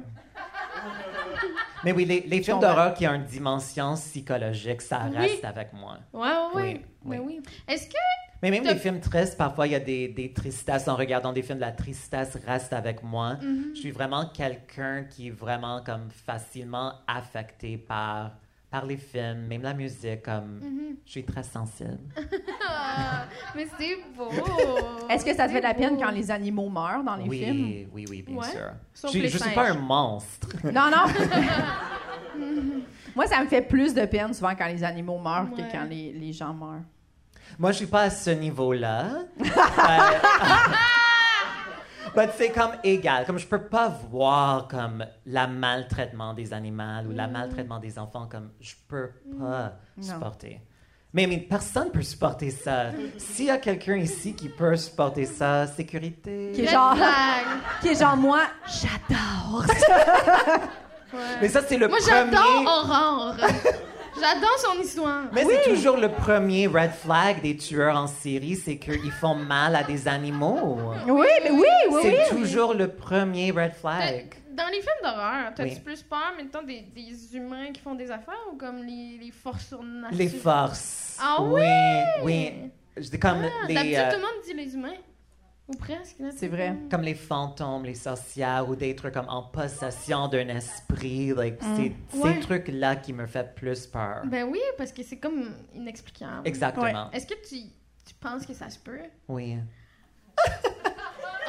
Speaker 4: Mais oui, les, les films
Speaker 2: comprends.
Speaker 4: d'horreur qui ont une dimension psychologique, ça
Speaker 3: Oui.
Speaker 4: reste avec moi.
Speaker 3: Ouais, ouais,
Speaker 4: Oui,
Speaker 3: ouais. Mais Ben oui. Est-ce que.
Speaker 4: Mais même
Speaker 3: T'as-
Speaker 4: les films tristes, parfois, il y a des, des tristesses. En regardant des films, la tristesse reste avec moi.
Speaker 3: Mm-hmm.
Speaker 4: Je suis vraiment quelqu'un qui est vraiment comme facilement affecté par, par les films, même la musique. Comme,
Speaker 3: Mm-hmm.
Speaker 4: Je suis très sensible.
Speaker 3: *laughs* Ah, mais c'est beau!
Speaker 2: Est-ce que ça te fait de la
Speaker 3: C'est
Speaker 2: peine
Speaker 3: beau.
Speaker 2: quand les animaux meurent dans les
Speaker 4: oui,
Speaker 2: films?
Speaker 4: oui, oui, bien
Speaker 3: Ouais.
Speaker 4: sûr.
Speaker 3: Sauf
Speaker 4: je
Speaker 3: les
Speaker 4: je suis pas
Speaker 3: singes.
Speaker 4: un monstre.
Speaker 2: Non, non. *laughs* Moi, ça me fait plus de peine souvent quand les animaux meurent
Speaker 3: Ouais.
Speaker 2: que quand les, les gens meurent.
Speaker 4: Moi, je suis pas à ce niveau-là. Euh, *laughs* but c'est comme égal. Comme je peux pas voir comme la maltraitement des animaux ou la maltraitement des enfants comme je peux pas
Speaker 2: Mm. Non.
Speaker 4: supporter. Mais, mais personne peut supporter ça. S'il y a quelqu'un ici qui peut supporter ça,
Speaker 2: Qui est
Speaker 4: sécurité.
Speaker 3: Red
Speaker 2: genre-
Speaker 3: flag.
Speaker 2: Qui est genre moi, j'adore.
Speaker 3: Ouais.
Speaker 4: Mais ça c'est le
Speaker 3: Moi, j'adore
Speaker 4: premier.
Speaker 3: Aurore.
Speaker 4: *laughs*
Speaker 3: j'adore son histoire.
Speaker 4: Mais c'est toujours le premier red flag des tueurs en série, c'est qu'ils font mal à des animaux.
Speaker 2: oui, mais oui, oui, oui.
Speaker 4: c'est toujours le premier red
Speaker 3: Euh,
Speaker 4: flag.
Speaker 3: Dans les films d'horreur, t'as-tu
Speaker 4: Oui.
Speaker 3: plus peur, mettons, des, des humains qui font des affaires ou comme les, les forces surnaturelles?
Speaker 4: Les forces.
Speaker 3: Ah
Speaker 4: Oui,
Speaker 3: oui?
Speaker 4: oui. C'est comme,
Speaker 3: Ah,
Speaker 4: les,
Speaker 3: D'habitude,
Speaker 4: euh,
Speaker 3: tout le monde dit les humains. Ou presque. là,
Speaker 2: C'est vrai.
Speaker 4: comme les fantômes, les sorcières ou d'être comme en possession d'un esprit. like, c'est
Speaker 3: Mm. Ouais.
Speaker 4: ces trucs-là qui me fait plus peur.
Speaker 3: Ben oui, parce que c'est comme inexplicable.
Speaker 4: Exactement.
Speaker 3: Est-ce que tu, tu penses que ça se peut?
Speaker 4: Oui.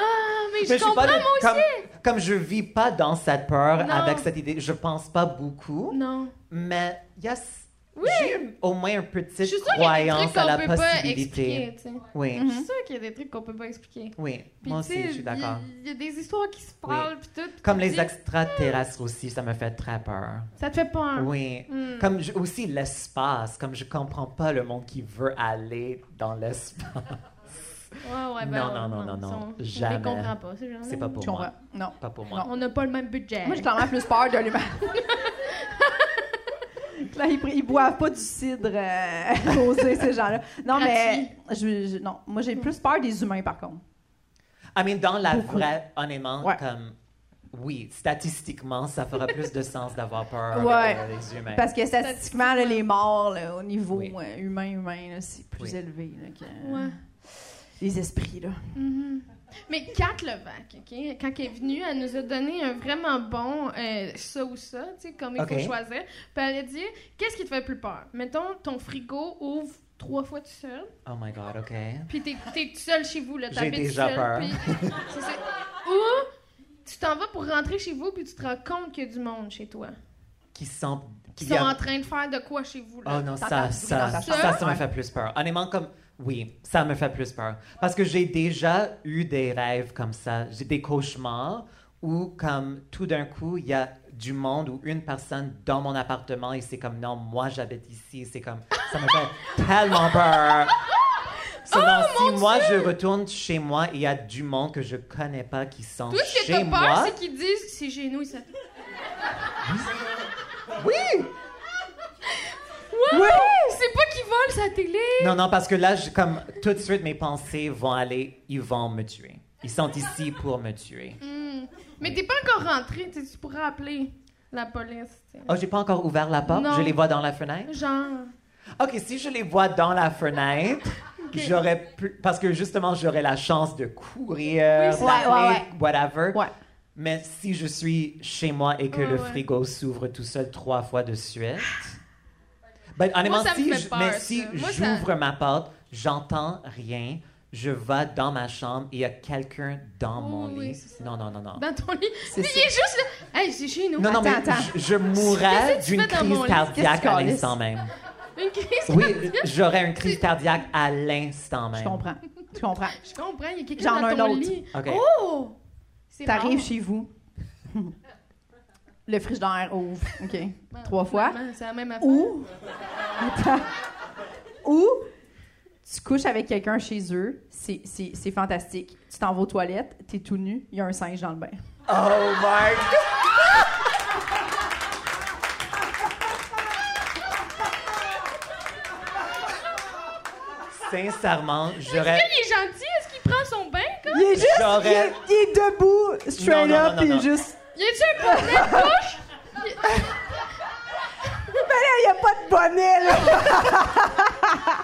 Speaker 3: Ah, mais,
Speaker 4: Mais
Speaker 3: je comprends,
Speaker 4: le-
Speaker 3: moi
Speaker 4: comme,
Speaker 3: aussi!
Speaker 4: comme je vis pas dans cette peur
Speaker 3: Non.
Speaker 4: avec cette idée, je pense pas beaucoup,
Speaker 3: Non.
Speaker 4: mais yes,
Speaker 3: Oui!
Speaker 4: J'ai eu au moins une
Speaker 3: Je
Speaker 4: petite
Speaker 3: suis sûre qu'il y a des trucs
Speaker 4: croyance à
Speaker 3: qu'on
Speaker 4: la
Speaker 3: peut pas
Speaker 4: possibilité. Mhm.
Speaker 3: expliquer, tu sais.
Speaker 4: Oui,
Speaker 3: Je suis sûre qu'il y a des trucs qu'on peut pas expliquer.
Speaker 4: oui,
Speaker 3: Puis,
Speaker 4: moi
Speaker 3: tu sais,
Speaker 4: aussi, je suis d'accord.
Speaker 3: Il y, a des histoires qui se parlent, puis tout. puis
Speaker 4: Comme
Speaker 3: tu
Speaker 4: les
Speaker 3: dis,
Speaker 4: extraterrestres aussi, ça me fait très peur.
Speaker 3: Ça te fait peur.
Speaker 4: Oui.
Speaker 3: Hmm.
Speaker 4: Comme je- aussi l'espace, comme je comprends pas le monde qui veut aller dans l'espace.
Speaker 3: Ouais, ouais, ben,
Speaker 4: Non, non, non, non, non.
Speaker 3: ça, on- On
Speaker 4: Jamais.
Speaker 3: les comprend pas, ces gens-là.
Speaker 4: C'est pas
Speaker 2: Je
Speaker 4: pour
Speaker 2: comprends.
Speaker 4: moi.
Speaker 2: Non.
Speaker 4: Pas pour moi.
Speaker 3: On n'a pas le même budget.
Speaker 2: Moi, j'ai clairement plus peur de l'humain. *laughs* Là, ils, pri- ils boivent pas du cidre euh, *laughs* rosé, ces gens-là. Non, mais. Je, je- non, moi, j'ai plus peur des humains, par contre.
Speaker 4: I mean, dans la
Speaker 2: Beaucoup.
Speaker 4: vraie, honnêtement,
Speaker 2: Ouais.
Speaker 4: comme oui, statistiquement, ça fera plus de sens d'avoir peur
Speaker 2: Ouais.
Speaker 4: euh, des humains.
Speaker 2: Parce que statistiquement, là, les morts, là, au niveau
Speaker 4: Oui.
Speaker 2: euh, humain, humain, là, c'est plus
Speaker 4: Oui.
Speaker 2: élevé là, que
Speaker 3: Ouais.
Speaker 2: les esprits. Là.
Speaker 3: Mhm. Mais Kat Levac, OK, quand elle est venue, elle nous a donné un vraiment bon euh, ça ou ça, tu sais, comme il
Speaker 4: Ok.
Speaker 3: faut choisir. Puis elle a dit Qu'est-ce qui te fait plus peur Mettons, ton frigo ouvre trois fois tout seul,
Speaker 4: Oh my God, ok.
Speaker 3: puis t'es, t'es tout seul chez vous, là,
Speaker 4: J'ai
Speaker 3: t'habites tout
Speaker 4: déjà
Speaker 3: seul,
Speaker 4: peur. *laughs*
Speaker 3: puis- c'est ça. Ou tu t'en vas pour rentrer chez vous, puis tu te rends compte qu'il y a du monde chez toi.
Speaker 4: Qui sont,
Speaker 3: Qui
Speaker 4: qu'il
Speaker 3: sont
Speaker 4: y a-
Speaker 3: en train de faire de quoi chez vous, là.
Speaker 4: Oh non,
Speaker 2: T'entends
Speaker 4: ça,
Speaker 2: du bruit dans
Speaker 4: ça,
Speaker 2: ta
Speaker 4: ça,
Speaker 2: chambre.
Speaker 4: ça me fait plus peur. Honnêtement, comme, oui, ça me fait plus peur. Parce que j'ai déjà eu des rêves comme ça. J'ai des cauchemars où, comme, tout d'un coup, il y a du monde ou une personne dans mon appartement et c'est comme, non, moi, j'habite ici. C'est comme, ça me fait tellement peur. So, non, si moi, je retourne chez moi et il y a du monde que je connais pas qui sont
Speaker 3: Tout ce que
Speaker 4: chez
Speaker 3: t'as peur,
Speaker 4: moi...
Speaker 3: c'est qu'ils disent C'est chez nous, ça.
Speaker 4: Oui!
Speaker 3: Ouais! C'est pas qu'ils volent sa télé!
Speaker 4: Non, non, parce que là, je- comme tout de suite, mes pensées vont aller, ils vont me tuer. Ils sont ici pour me tuer.
Speaker 2: Mm.
Speaker 3: Hmm. Mais t'es pas encore rentré, tu sais, tu pourrais appeler la police. tu sais.
Speaker 4: Oh, j'ai pas encore ouvert la porte.
Speaker 3: Non.
Speaker 4: Je les vois dans la fenêtre.
Speaker 3: Genre.
Speaker 4: Ok, si je les vois dans la fenêtre, j'aurais pu, parce que justement, j'aurais la chance de courir,
Speaker 3: Oui, c'est
Speaker 2: ça.
Speaker 4: d'appeler,
Speaker 2: Ouais,
Speaker 4: whatever.
Speaker 2: Ouais.
Speaker 4: Mais si je suis chez moi et que
Speaker 3: Ouais,
Speaker 4: le
Speaker 3: ouais.
Speaker 4: frigo s'ouvre tout seul trois fois de suite, ben, honnêtement,
Speaker 3: ça me
Speaker 4: si,
Speaker 3: fait
Speaker 4: je-
Speaker 3: peur,
Speaker 4: mais
Speaker 3: ça.
Speaker 4: si
Speaker 3: Moi, ça-
Speaker 4: j'ouvre ma porte, j'entends rien, je vais dans ma chambre et il y a quelqu'un dans
Speaker 3: Oui,
Speaker 4: mon
Speaker 3: oui,
Speaker 4: lit.
Speaker 3: c'est ça. Ben,
Speaker 4: non, non, non, non.
Speaker 3: Dans ton lit.
Speaker 2: C'est
Speaker 3: Lui, il est juste là. Hey, c'est chez nous.
Speaker 4: non, non, mais
Speaker 2: Attends, attends.
Speaker 4: je, je mourrais
Speaker 3: Qu'est-ce que tu
Speaker 4: d'une
Speaker 3: fais dans mon
Speaker 4: crise
Speaker 3: lit?
Speaker 2: Qu'est-ce
Speaker 4: cardiaque
Speaker 2: que tu
Speaker 4: à
Speaker 2: calisses?
Speaker 4: l'instant même.
Speaker 3: Une crise.
Speaker 4: Oui,
Speaker 3: cardiaque.
Speaker 4: j'aurais une crise cardiaque à l'instant même.
Speaker 2: Je comprends. Tu comprends.
Speaker 3: Je comprends, il y a
Speaker 2: J'en
Speaker 3: quelqu'un
Speaker 2: ai
Speaker 3: dans
Speaker 2: un
Speaker 3: ton
Speaker 2: autre.
Speaker 3: lit.
Speaker 4: OK.
Speaker 3: Oh! C'est
Speaker 2: T'arrives
Speaker 3: rare.
Speaker 2: chez vous. Le frigidaire ouvre. OK.
Speaker 3: Ben,
Speaker 2: trois fois.
Speaker 3: finalement, C'est la même affaire.
Speaker 2: Ou. Attends. Ou. Tu couches avec quelqu'un chez eux, c'est- c'est c'est fantastique. Tu t'en vas aux toilettes, t'es tout nu, il y a un singe dans le bain.
Speaker 4: Oh my Sincèrement, j'aurais.
Speaker 3: Il est gentil, est-ce qu'il prend son bain, comme?
Speaker 2: Il est juste, il
Speaker 4: J'aurais-
Speaker 2: est, il est debout, straight
Speaker 4: Non, non,
Speaker 2: up,
Speaker 4: non, non,
Speaker 2: il est
Speaker 4: non.
Speaker 2: juste.
Speaker 3: Y a-tu un problème de couche?
Speaker 2: Mais là, il n'y a pas de bonnet, là!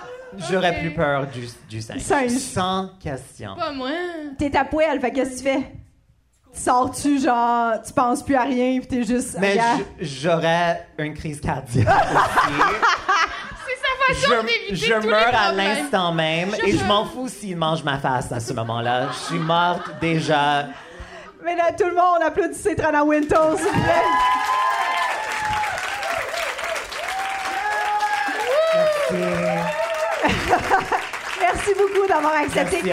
Speaker 4: J'aurais
Speaker 3: Ok.
Speaker 4: plus peur du, du singe.
Speaker 2: Singe.
Speaker 4: Sans question.
Speaker 3: Pas moi.
Speaker 2: T'es à poil, fait qu'est-ce que tu fais? Tu Sors-tu, genre, tu penses plus à rien, pis t'es juste.
Speaker 4: Mais
Speaker 2: regarde.
Speaker 4: je- j'aurais une
Speaker 3: *laughs*
Speaker 4: crise cardiaque aussi.
Speaker 3: C'est sa façon
Speaker 4: je
Speaker 3: d'éviter
Speaker 4: je
Speaker 3: tous les
Speaker 4: meurs à
Speaker 3: problèmes.
Speaker 4: l'instant même
Speaker 3: Je
Speaker 4: et je
Speaker 3: meurs.
Speaker 4: m'en fous s'il mange ma face à ce moment-là. Je suis morte déjà.
Speaker 2: Mais là, tout le monde applaudissez Trana Winton, s'il vous plaît.
Speaker 4: C'est-
Speaker 2: Merci beaucoup d'avoir accepté.
Speaker 4: Merci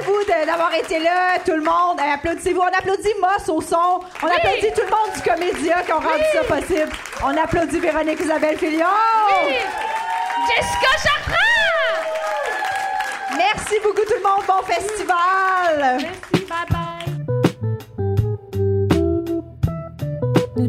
Speaker 2: à
Speaker 4: vous.
Speaker 2: vous de- d'avoir été là, tout le monde. Euh, Applaudissez-vous. On applaudit Moss au son. On applaudit tout le monde du Comédia qui ont rendu ça possible. On applaudit Véronique Isabelle Fillion.
Speaker 3: Jessica Chartrand!
Speaker 2: Merci beaucoup tout le monde. Bon festival.
Speaker 3: Merci, bye-bye.
Speaker 5: Nous